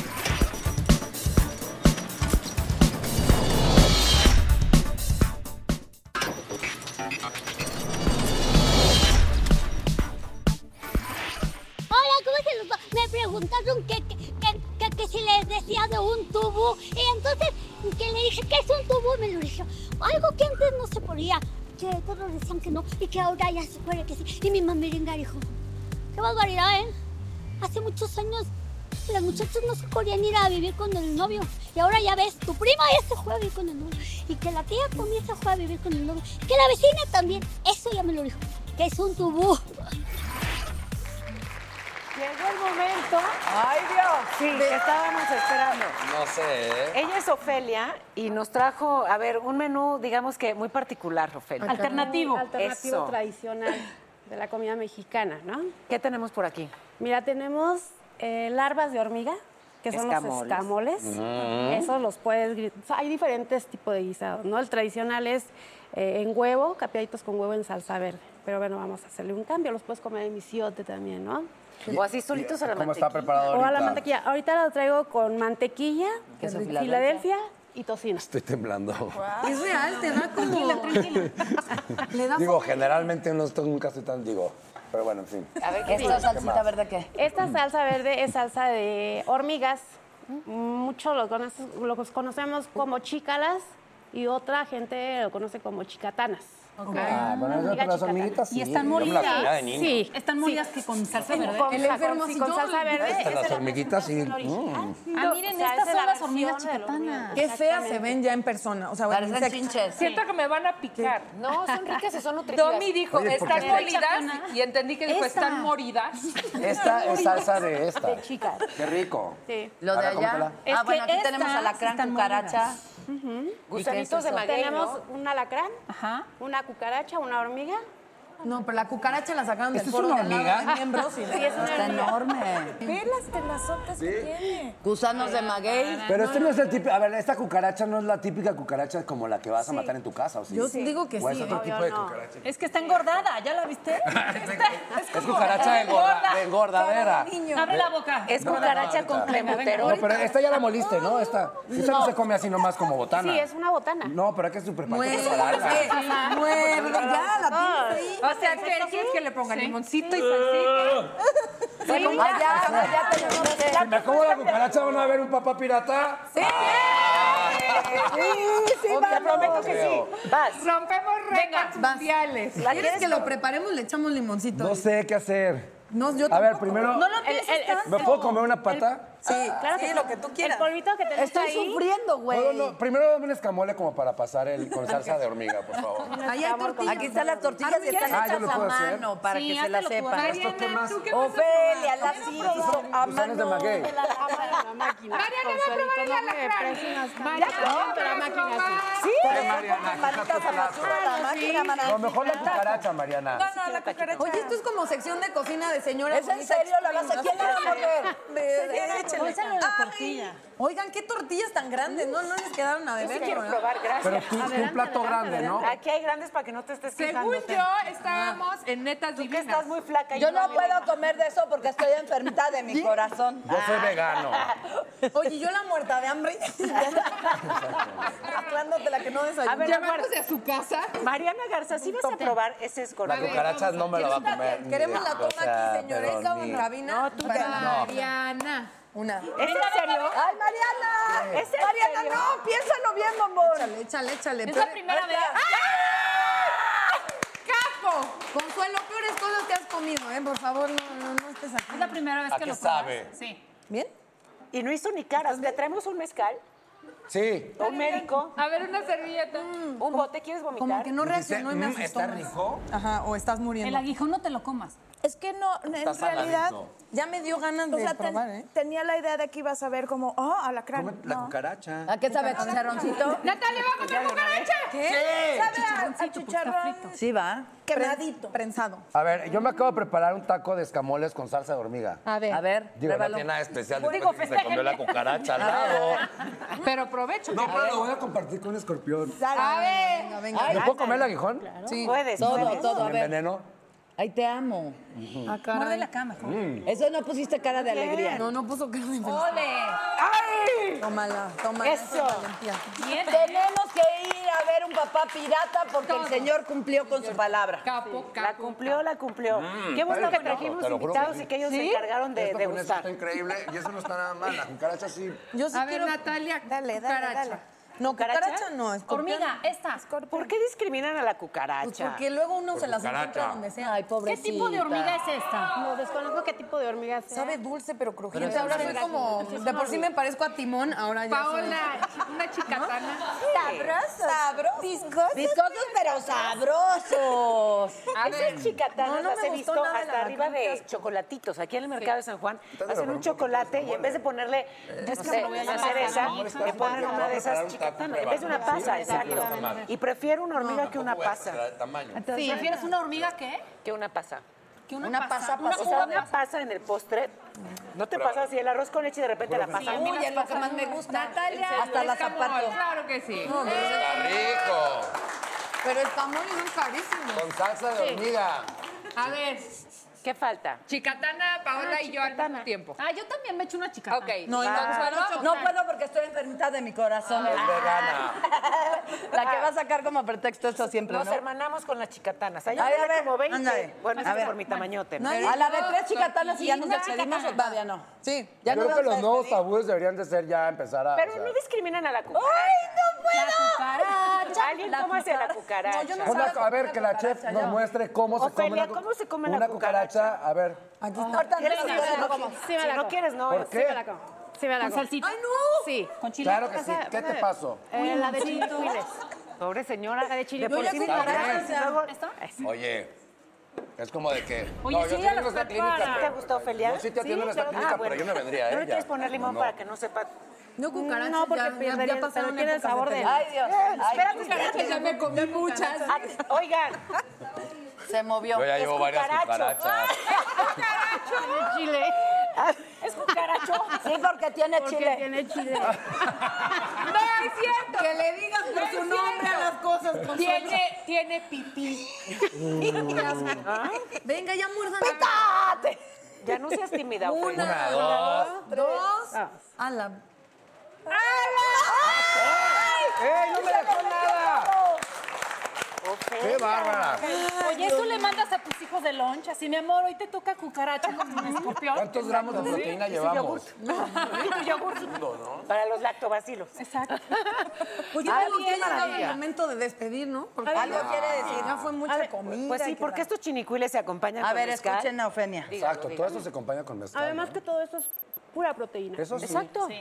S11: Hola, ¿cómo se los va? Me preguntaron que, que, que- que- que si les decía de un tubo. Y entonces, que le dije que es un tubo, me lo dijo. Algo que antes no se podía, que todos decían que no, y que ahora ya se puede que sí. Y mi mamiringa dijo, qué barbaridad, ¿eh? Hace muchos años las muchachas no se podían ir a vivir con el novio. Y ahora ya ves, tu prima ya se fue a vivir con el novio. Y que la tía también se fue a vivir con el novio. Que la vecina también. Eso ya me lo dijo. Que es un tubo.
S4: Llegó el momento.
S5: ¡Ay, Dios!
S4: Sí, que estábamos esperando.
S8: No sé, ¿eh?
S4: Ella es Ofelia y nos trajo, a ver, un menú, digamos que muy particular, Ofelia.
S12: Ah, Alternativo. Alternativo
S4: Eso.
S12: tradicional de la comida mexicana, ¿no?
S4: ¿Qué tenemos por aquí?
S12: Mira, tenemos eh, larvas de hormiga, que son los escamoles.
S4: Escamoles. Mm.
S12: Esos los puedes... gri- o sea, hay diferentes tipos de guisados, ¿no? El tradicional es eh, en huevo, capeaditos con huevo en salsa verde. Pero bueno, vamos a hacerle un cambio. Los puedes comer en misiote también, ¿no?
S4: O así solitos a la
S8: ¿Cómo
S4: mantequilla.
S8: está preparado
S12: O a la
S8: ahorita?
S12: mantequilla. Ahorita lo traigo con mantequilla,
S8: Queso
S12: Filadelfia.
S8: Filadelfia
S12: y tocino.
S8: Estoy temblando.
S1: Es real, te da como... Tranquila,
S8: Digo, generalmente no estoy nunca estoy tan digo. Pero bueno, en fin.
S12: A ver, ¿qué
S8: más?
S12: es salsita verde qué? Esta salsa verde es salsa de hormigas. Muchos los, conoce- los conocemos como chícalas y otra gente lo conoce como chicatanas.
S8: Ah, bueno,
S12: Hormiga
S8: esas- pero las
S12: chicatana.
S8: hormiguitas sí, yo me las comía de niño.
S12: Sí. Están molidas que con salsa
S10: verde.
S12: Con,
S10: El
S12: sa-
S10: enfermo,
S12: sí,
S10: si
S12: con
S10: yo-
S12: salsa verde.
S8: Hasta las hormiguitas sí. Mm.
S10: Ah, miren, estas son las hormigas chicatanas.
S1: Qué feas se ven ya en persona. O sea, bueno,
S10: Parecen
S1: insectos.
S10: chinches.
S3: Siento que me van a picar.
S1: No, son ricas y son nutritivas.
S3: Domi dijo,
S8: Oye, ¿por qué
S3: están
S8: está-
S3: molidas y entendí que dijo,
S8: Esta.
S3: están moridas.
S8: Mm. Esta es salsa de esta.
S3: De chicas.
S8: Qué rico.
S12: Sí.
S5: Lo de
S8: Ahora, ¿cómo te
S5: allá.
S8: la-
S5: ah,
S12: que
S5: bueno, aquí
S12: estas
S5: tenemos alacrán,
S12: están
S5: cucaracha.
S12: Gusanitos de maguey, Tenemos
S1: ¿no?
S12: un alacrán, una cucaracha, una hormiga.
S1: No, pero la cucaracha la sacaron del
S12: ¿Esto Este es
S1: foro
S12: una
S1: de al lado
S12: hormiga?
S1: de miembros y
S12: Sí, es una Está hormiga.
S5: enorme.
S1: Ve las telazotas
S5: que
S1: tiene.
S5: Gusanos de
S1: Ah,
S5: maguey.
S8: Pero este no es el típico. A ver, esta cucaracha no es la típica cucaracha como la que vas a
S10: Sí.
S8: matar en tu casa, ¿o sí?
S10: Yo digo que
S8: ¿O es
S10: sí,
S8: otro
S10: obvio
S8: tipo de
S10: no.
S8: cucaracha.
S10: Es que está engordada, ¿ya la viste?
S8: Es cucaracha de, engorda, de engordadera.
S10: Abre la
S8: No,
S10: boca.
S8: no, no, ahorita. No, pero esta ya la moliste, ¿no? Esta, esta no.
S12: No.
S8: se come así nomás como botana.
S12: Sí, es una botana.
S8: No, pero aquí es súper
S12: Muerde,
S8: preparada.
S12: es que- muerde, ya, la tienes ahí.
S3: O sea, ¿qué quieres que le ponga limoncito y salsita?
S5: Sí, allá, allá tenemos
S8: Si me como la cucaracha, ¿van a ver un papá pirata?
S3: Sí. este.
S8: Sí, sí,
S3: Te prometo que
S8: Creo.
S3: sí. Vas. Rompemos récords mundiales.
S1: ¿Quieres que lo preparemos? Le echamos limoncito.
S8: No sé qué hacer.
S1: No, yo
S8: A ver,
S1: tampoco.
S8: primero.
S1: No lo pienses tanto.
S8: ¿Me puedo comer una pata?
S1: Sí, claro
S12: que sí.
S1: lo que tú quieras.
S12: El polvito que tenemos
S5: Estoy
S12: ahí.
S5: sufriendo, güey.
S8: No, no, no. Primero dame un escamole como para pasar el con salsa de hormiga, por favor.
S1: Ahí hay tortillas.
S5: Aquí están las tortillas y están
S8: Ah, yo
S5: hechas
S8: lo
S5: a
S8: puedo hacer.
S5: mano para
S8: Sí,
S5: que se las
S8: háztelo tú,
S5: sepan.
S8: Mariana, ¿tú qué vas a
S5: Ofelia, las
S8: probar?
S5: hizo a
S8: Gusanos de
S5: mano.
S8: maguey.
S5: De la-
S3: Mariana va a probar el alacrán.
S5: Ya
S3: Mariana,
S5: con la máquina, sí.
S3: Sí.
S5: Pero con manitas a la
S1: Claro,
S5: máquina,
S1: sí.
S5: maná.
S8: Ah, No, mejor la cucaracha, Mariana.
S1: No, no, la cucaracha. Oye, esto es como sección de cocina de señora.
S5: ¿Es en serio? ¿La vas a- quién la va a moler?
S1: moler?
S5: Échale. Échale la
S1: tortilla. Oigan, qué tortillas tan grandes. No, no les quedaron a
S4: Yo
S1: beber.
S4: sí quiero
S1: ¿no?
S4: probar, gracias.
S8: Pero tú, tú un plato grande, ¿no?
S4: Aquí hay grandes para que no te estés
S3: Según
S4: quejándote.
S3: yo, estábamos en netas divinas. Tú que estás
S4: muy flaca.
S5: Yo no puedo comer de eso porque estoy enfermita de mi corazón.
S8: Yo soy vegano.
S1: Oye, yo la muerta de hambre. Mezclándote la que no desayuné.
S4: A ver, la
S1: Llevándose
S4: muer-
S1: a su casa.
S4: Mariana Garza, ¿sí vas a probar ese escorpión?
S8: La cucaracha no me la va a comer. ni
S1: Queremos
S8: de-
S1: la
S8: o
S1: toma
S8: sea,
S1: aquí, señores.
S8: pero
S1: Cabo en
S8: ni-
S1: Rabina.
S8: No, tú
S1: Mariana. Una.
S4: ¿Es en serio?
S5: ¡Ay, Mariana!
S4: ¿Es en
S5: Mariana,
S4: serio?
S5: no, piénsalo bien, mamón.
S1: Échale, échale, échale.
S5: Es
S1: Pero-
S5: la primera vez.
S1: ¡Capo! Consuelo, peores cosas te has comido, ¿eh? Por favor, no, no, no estés aquí. Es la primera
S8: vez ¿A que qué lo pruebas. sabe?
S1: Sí. ¿Bien?
S4: Y no hizo ni caras. ¿Le traemos un mezcal?
S8: Sí.
S4: ¿O un médico? Mm.
S3: A ver, una servilleta.
S4: ¿Un bote? ¿Quieres vomitar?
S1: Como que no reaccionó y me
S8: "Mm,
S1: asustó
S8: ¿está
S1: más.
S8: rico?
S1: Ajá, o estás muriendo.
S10: El aguijón no te lo comas.
S9: Es que no, en
S8: Está
S9: realidad.
S8: saladito.
S1: Ya me dio ganas
S9: O
S1: de
S9: sea, ten-
S1: probar, ¿eh?
S9: tenía la idea de que ibas a ver como, oh, alacrán.
S8: Come la cucaracha.
S5: ¿A qué sabe a chicharroncito?
S3: Natalia, va a comer cucaracha. pues,
S5: ¿Qué?
S9: ¿Sabe a- a, chicharrón
S5: Sí, va.
S9: quemadito?
S1: Prensado.
S8: A ver, yo me acabo de preparar un taco de escamoles con salsa de hormiga.
S3: A ver.
S5: A ver,
S8: Digo, este.
S5: pruébalo.
S8: no tiene nada especial
S3: Digo,
S8: después de que se
S3: festejen.
S8: comió la cucaracha al lado.
S3: Pero provecho.
S8: No, pero lo voy a compartir con escorpión.
S3: A ver.
S1: Venga, venga.
S8: ¿Me puedo comer el aguijón?
S1: Sí.
S4: Puedes.
S5: Todo,
S4: puedes.
S5: todo, a
S8: ¿Me
S5: ver.
S8: enveneno?
S5: Ay, te amo.
S8: Ah,
S5: Ah,
S10: Muerde la cama, mejor.
S8: Mm.
S5: Eso no pusiste cara de alegría.
S1: No, no puso cara de infeliz.
S10: ¡Ole!
S1: Tómala, tómala.
S5: Eso.
S1: Valentía.
S10: Bien.
S5: Tenemos que ir a haber un papá pirata porque el señor cumplió con su palabra.
S3: la
S5: cumplió,
S4: la cumplió.
S8: Qué bueno que trajimos Mm, Te lo juro que invitados sí. y que
S4: ellos
S8: se ¿Sí?
S4: encargaron
S8: Esto con eso está increíble y eso no está nada mal. La cucaracha sí.
S1: Yo sí
S3: A ver,
S1: quiero-
S3: Natalia,
S1: dale, dale,
S3: cucaracha.
S1: dale. No, cucaracha, no, escorpión.
S10: Hormiga, esta.
S4: ¿Por qué discriminan a la
S1: Pues
S4: cucaracha?
S1: porque luego uno
S4: Por
S1: se las
S4: cucaracha.
S1: encuentra donde sea. Ay,
S12: ¿Qué
S1: pobrecita.
S12: tipo de hormiga es esta? No, desconozco qué tipo de hormiga es.
S1: Sabe dulce pero crujiente.
S12: Pero
S1: ahora
S12: es
S1: soy
S12: una
S1: como,
S12: hormiga.
S1: de por sí me parezco a Timón, ahora ya
S3: Paola,
S1: soy-
S3: una chicatana.
S1: Sabrosos. Sabrosos.
S5: Viscosos, pero sabrosos.
S4: A ver.
S5: Esas chicatanas
S4: No, no
S5: las
S4: me
S5: he
S4: gustó
S5: visto
S4: nada
S5: hasta
S4: la
S5: arriba de
S4: vacuita. chocolatitos. Aquí en el mercado de San Juan hacen un
S5: un poquito
S4: chocolate y en vez de ponerle, no
S5: Es que
S4: sé,
S5: me voy a
S4: una
S5: llamar
S4: cereza,
S5: Juan, ¿no?
S4: le ponen
S5: Porque
S4: una
S5: voy
S4: de
S5: a preparar
S4: esas
S5: un taco
S4: chicatanas. En
S5: previo.
S4: vez de una
S5: Sí,
S4: pasa,
S5: sí, sí,
S4: exacto.
S5: sí, sí, sí.
S4: Y prefiero una hormiga que una
S8: Tampoco voy a
S4: pasa.
S8: exagerar el tamaño.
S12: Sí. ¿Prefieres una hormiga qué?
S4: Que una pasa.
S12: Que una,
S4: Una
S12: pasa,
S4: pasa,
S12: una
S4: pasa. O sea,
S12: uva.
S4: una pasa en el postre. ¿No te pasa así el arroz con leche y de repente la pasa?
S1: Uy, es lo que más me gusta.
S3: Natalia,
S1: Hasta la
S3: escamol,
S1: zapato.
S3: Claro que sí.
S1: No, pero
S3: Eh,
S8: Está rico.
S1: Pero el jamón es carísimo.
S8: Con salsa de
S3: Sí.
S8: hormiga.
S3: A ver.
S4: ¿Qué falta?
S3: Chicatana, Paola
S10: Ah,
S3: y yo al mismo tiempo.
S10: Ah, yo también me echo una chicatana.
S3: Ok,
S5: No, Ah, no, no
S3: pues,
S5: puedo porque estoy enfermita de mi corazón.
S8: Ah, Es vegana.
S5: La que va a sacar como pretexto eso siempre,
S4: Nos
S5: ¿no?
S4: hermanamos con las chicatanas. Allá
S5: Ay, a
S4: había
S5: ver,
S4: como 20.
S5: ándale.
S4: Bueno,
S5: A
S4: es que
S5: ver.
S4: por mi tamañote.
S5: No,
S4: ¿no?
S5: a la de tres chicatanas y ya nos
S4: Una
S5: despedimos o
S4: chicatana.
S5: todavía no.
S1: Sí,
S5: ya
S8: Yo
S5: nos
S8: creo que
S5: vamos
S8: los
S5: a
S8: nuevos
S5: despedir.
S8: tabúes deberían de ser ya empezar a.
S4: Pero
S8: Ah, o sea,
S4: no discriminan a la cucaracha.
S10: La cucaracha.
S4: Alguien cómase a la cucaracha.
S10: No, yo
S8: una- a ver, que la chef nos muestre cómo se come
S4: Ofelia,
S8: una, cu-
S4: ¿cómo se come la
S8: una cucaracha? A ver.
S1: Aquí está.
S5: Ahorita
S4: ¿Quieres
S5: no,
S4: que
S5: no,
S4: se
S5: no,
S4: la
S5: no,
S4: como?
S5: no.
S12: Sí me
S4: Si
S12: la
S4: no
S12: como.
S4: quieres, no.
S8: ¿Por
S4: es-
S8: qué?
S12: Sí me la como. Sí me la
S10: Con
S12: como.
S10: salsita.
S1: ¡Ay, no!
S12: Sí. ¿Con
S8: chile? Claro que sí. ¿Qué te pasó?
S10: Eh,
S12: la de chile.
S4: Pobre señora.
S12: La de chile.
S4: De por
S1: ya
S4: sí
S1: comí
S4: me
S1: cucaracha.
S4: agarras y luego-
S8: Oye, es como de que.
S12: Oye, sí,
S8: yo
S12: ya
S8: atiendo
S12: las
S8: esta clínica,
S12: prepara.
S4: ¿Te
S8: pero-
S4: gustó, Ofelia?
S8: No, sí te atiendo en esta
S4: claro.
S8: clínica,
S4: Ah,
S8: pero
S4: bueno.
S8: yo me vendría a
S4: ¿No le
S8: ella.
S4: quieres poner limón
S8: No.
S4: para que no sepa?
S1: No, cucarachas.
S12: No, porque
S1: ya- ya-
S12: perdería-
S1: ya pasaron
S12: pero tiene el
S1: épocas
S12: sabor
S1: de
S12: de-
S1: tener-
S5: Ay, Dios. Ay,
S4: Espérate,
S1: Cucarachas, ya
S4: espérate.
S1: me comí muchas.
S4: Ah, Oigan,
S5: Se movió.
S8: Yo ya
S4: Es
S8: llevo varias
S4: cucaracho.
S8: cucarachas.
S12: chile.
S4: es cucaracho.
S5: Sí, porque tiene
S12: Porque
S5: chile.
S12: tiene chile.
S3: No es cierto.
S1: Que le digas por su nombre a las cosas. Consuelo.
S3: Tiene, tiene pipí.
S1: Venga, ya muerdan.
S5: ¡Pétate!
S4: Ya no seas tímida, Ah. Ofelia.
S8: Una, dos.
S1: Dos. A la...
S8: ¡Ey, no me dejó nada!
S4: Ofelia.
S8: ¡Qué bárbara!
S10: Oye, ¿tú le mandas a tus hijos de lunch? Así, mi amor, hoy te toca cucaracha con un escorpión.
S8: ¿Cuántos gramos de proteína llevamos?
S4: Y tu yogur. Para los lactobacilos.
S10: Exacto.
S1: Pues yo
S4: Ah,
S1: creo que ya
S4: bien,
S1: llegaba el
S4: maravilla.
S1: momento de despedir, ¿no? Porque
S5: Algo
S1: ya-
S5: quiere decir.
S1: Ya fue mucha
S5: A ver,
S1: comida.
S4: Pues
S1: y
S4: sí,
S1: que
S4: porque
S1: la-
S4: estos chinicuiles se acompañan
S5: A
S4: con
S5: ver,
S4: mezcal.
S5: escuchen a Ofenia.
S8: Exacto, todo
S4: dígalo.
S8: eso se acompaña con mezcal.
S12: Además
S8: ¿no?
S12: que todo eso es pura proteína.
S8: Eso sí.
S12: Exacto. Sí.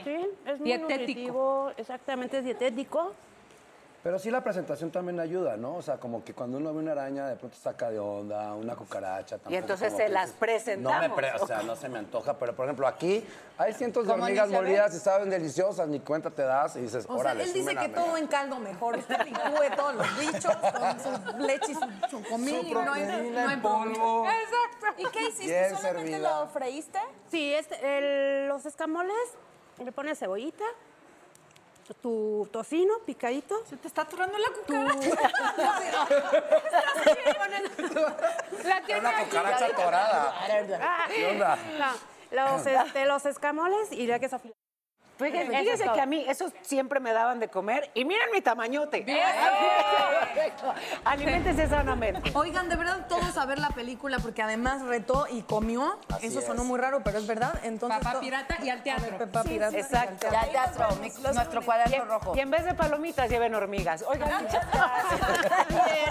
S12: Es muy
S3: Dietético.
S12: nutritivo, exactamente, es dietético.
S8: Pero sí la presentación también ayuda, ¿no? O sea, como que cuando uno ve una araña, de pronto saca de onda, una cucaracha. tampoco
S4: entonces
S8: como
S4: se
S8: que
S4: las
S8: dices,
S4: presentamos.
S8: No me pre- o sea, no se me antoja, pero por ejemplo, aquí hay cientos de
S1: Como
S8: hormigas
S1: ni se ve.
S8: molidas y saben deliciosas, ni cuenta te das y dices,
S1: O sea,
S8: órale,
S1: él dice que
S8: súbele a
S1: todo
S8: mega".
S1: en caldo mejor. Usted licúe todos los bichos con su leche y su, su comida.
S8: Su
S1: y no hay-
S8: proteína
S1: no
S8: en
S1: hay
S8: polvo.
S1: problema.
S10: ¿Y qué hiciste?
S8: Bien
S10: ¿Solamente
S8: servida.
S10: lo freíste?
S12: Sí, este, el- los escamoles, le pones cebollita, tu tocino picadito.
S1: Se te está aturando la cucaracha.
S3: La tiene
S8: Una
S3: aquí.
S8: cucaracha atorada.
S12: Ah,
S8: ¿Qué onda?
S12: no, los, este, los escamoles y ya que se afila.
S4: Fíjense,
S12: Eso es
S4: fíjense
S12: todo.
S4: que a mí esos siempre me daban de comer y miren mi tamañote.
S3: Bien.
S4: Aliméntese sanamente.
S1: Oigan, de verdad, todos a ver la película porque además retó y comió.
S8: Así
S1: Eso
S8: es.
S1: sonó muy raro, pero es verdad. Entonces,
S3: Papá
S1: to-
S3: pirata y al teatro.
S1: Papá pirata.
S4: Exacto.
S5: Ya, teatro, mi- nuestro cuaderno rojo.
S4: Y en vez de palomitas lleven hormigas. Oigan, muchas gracias.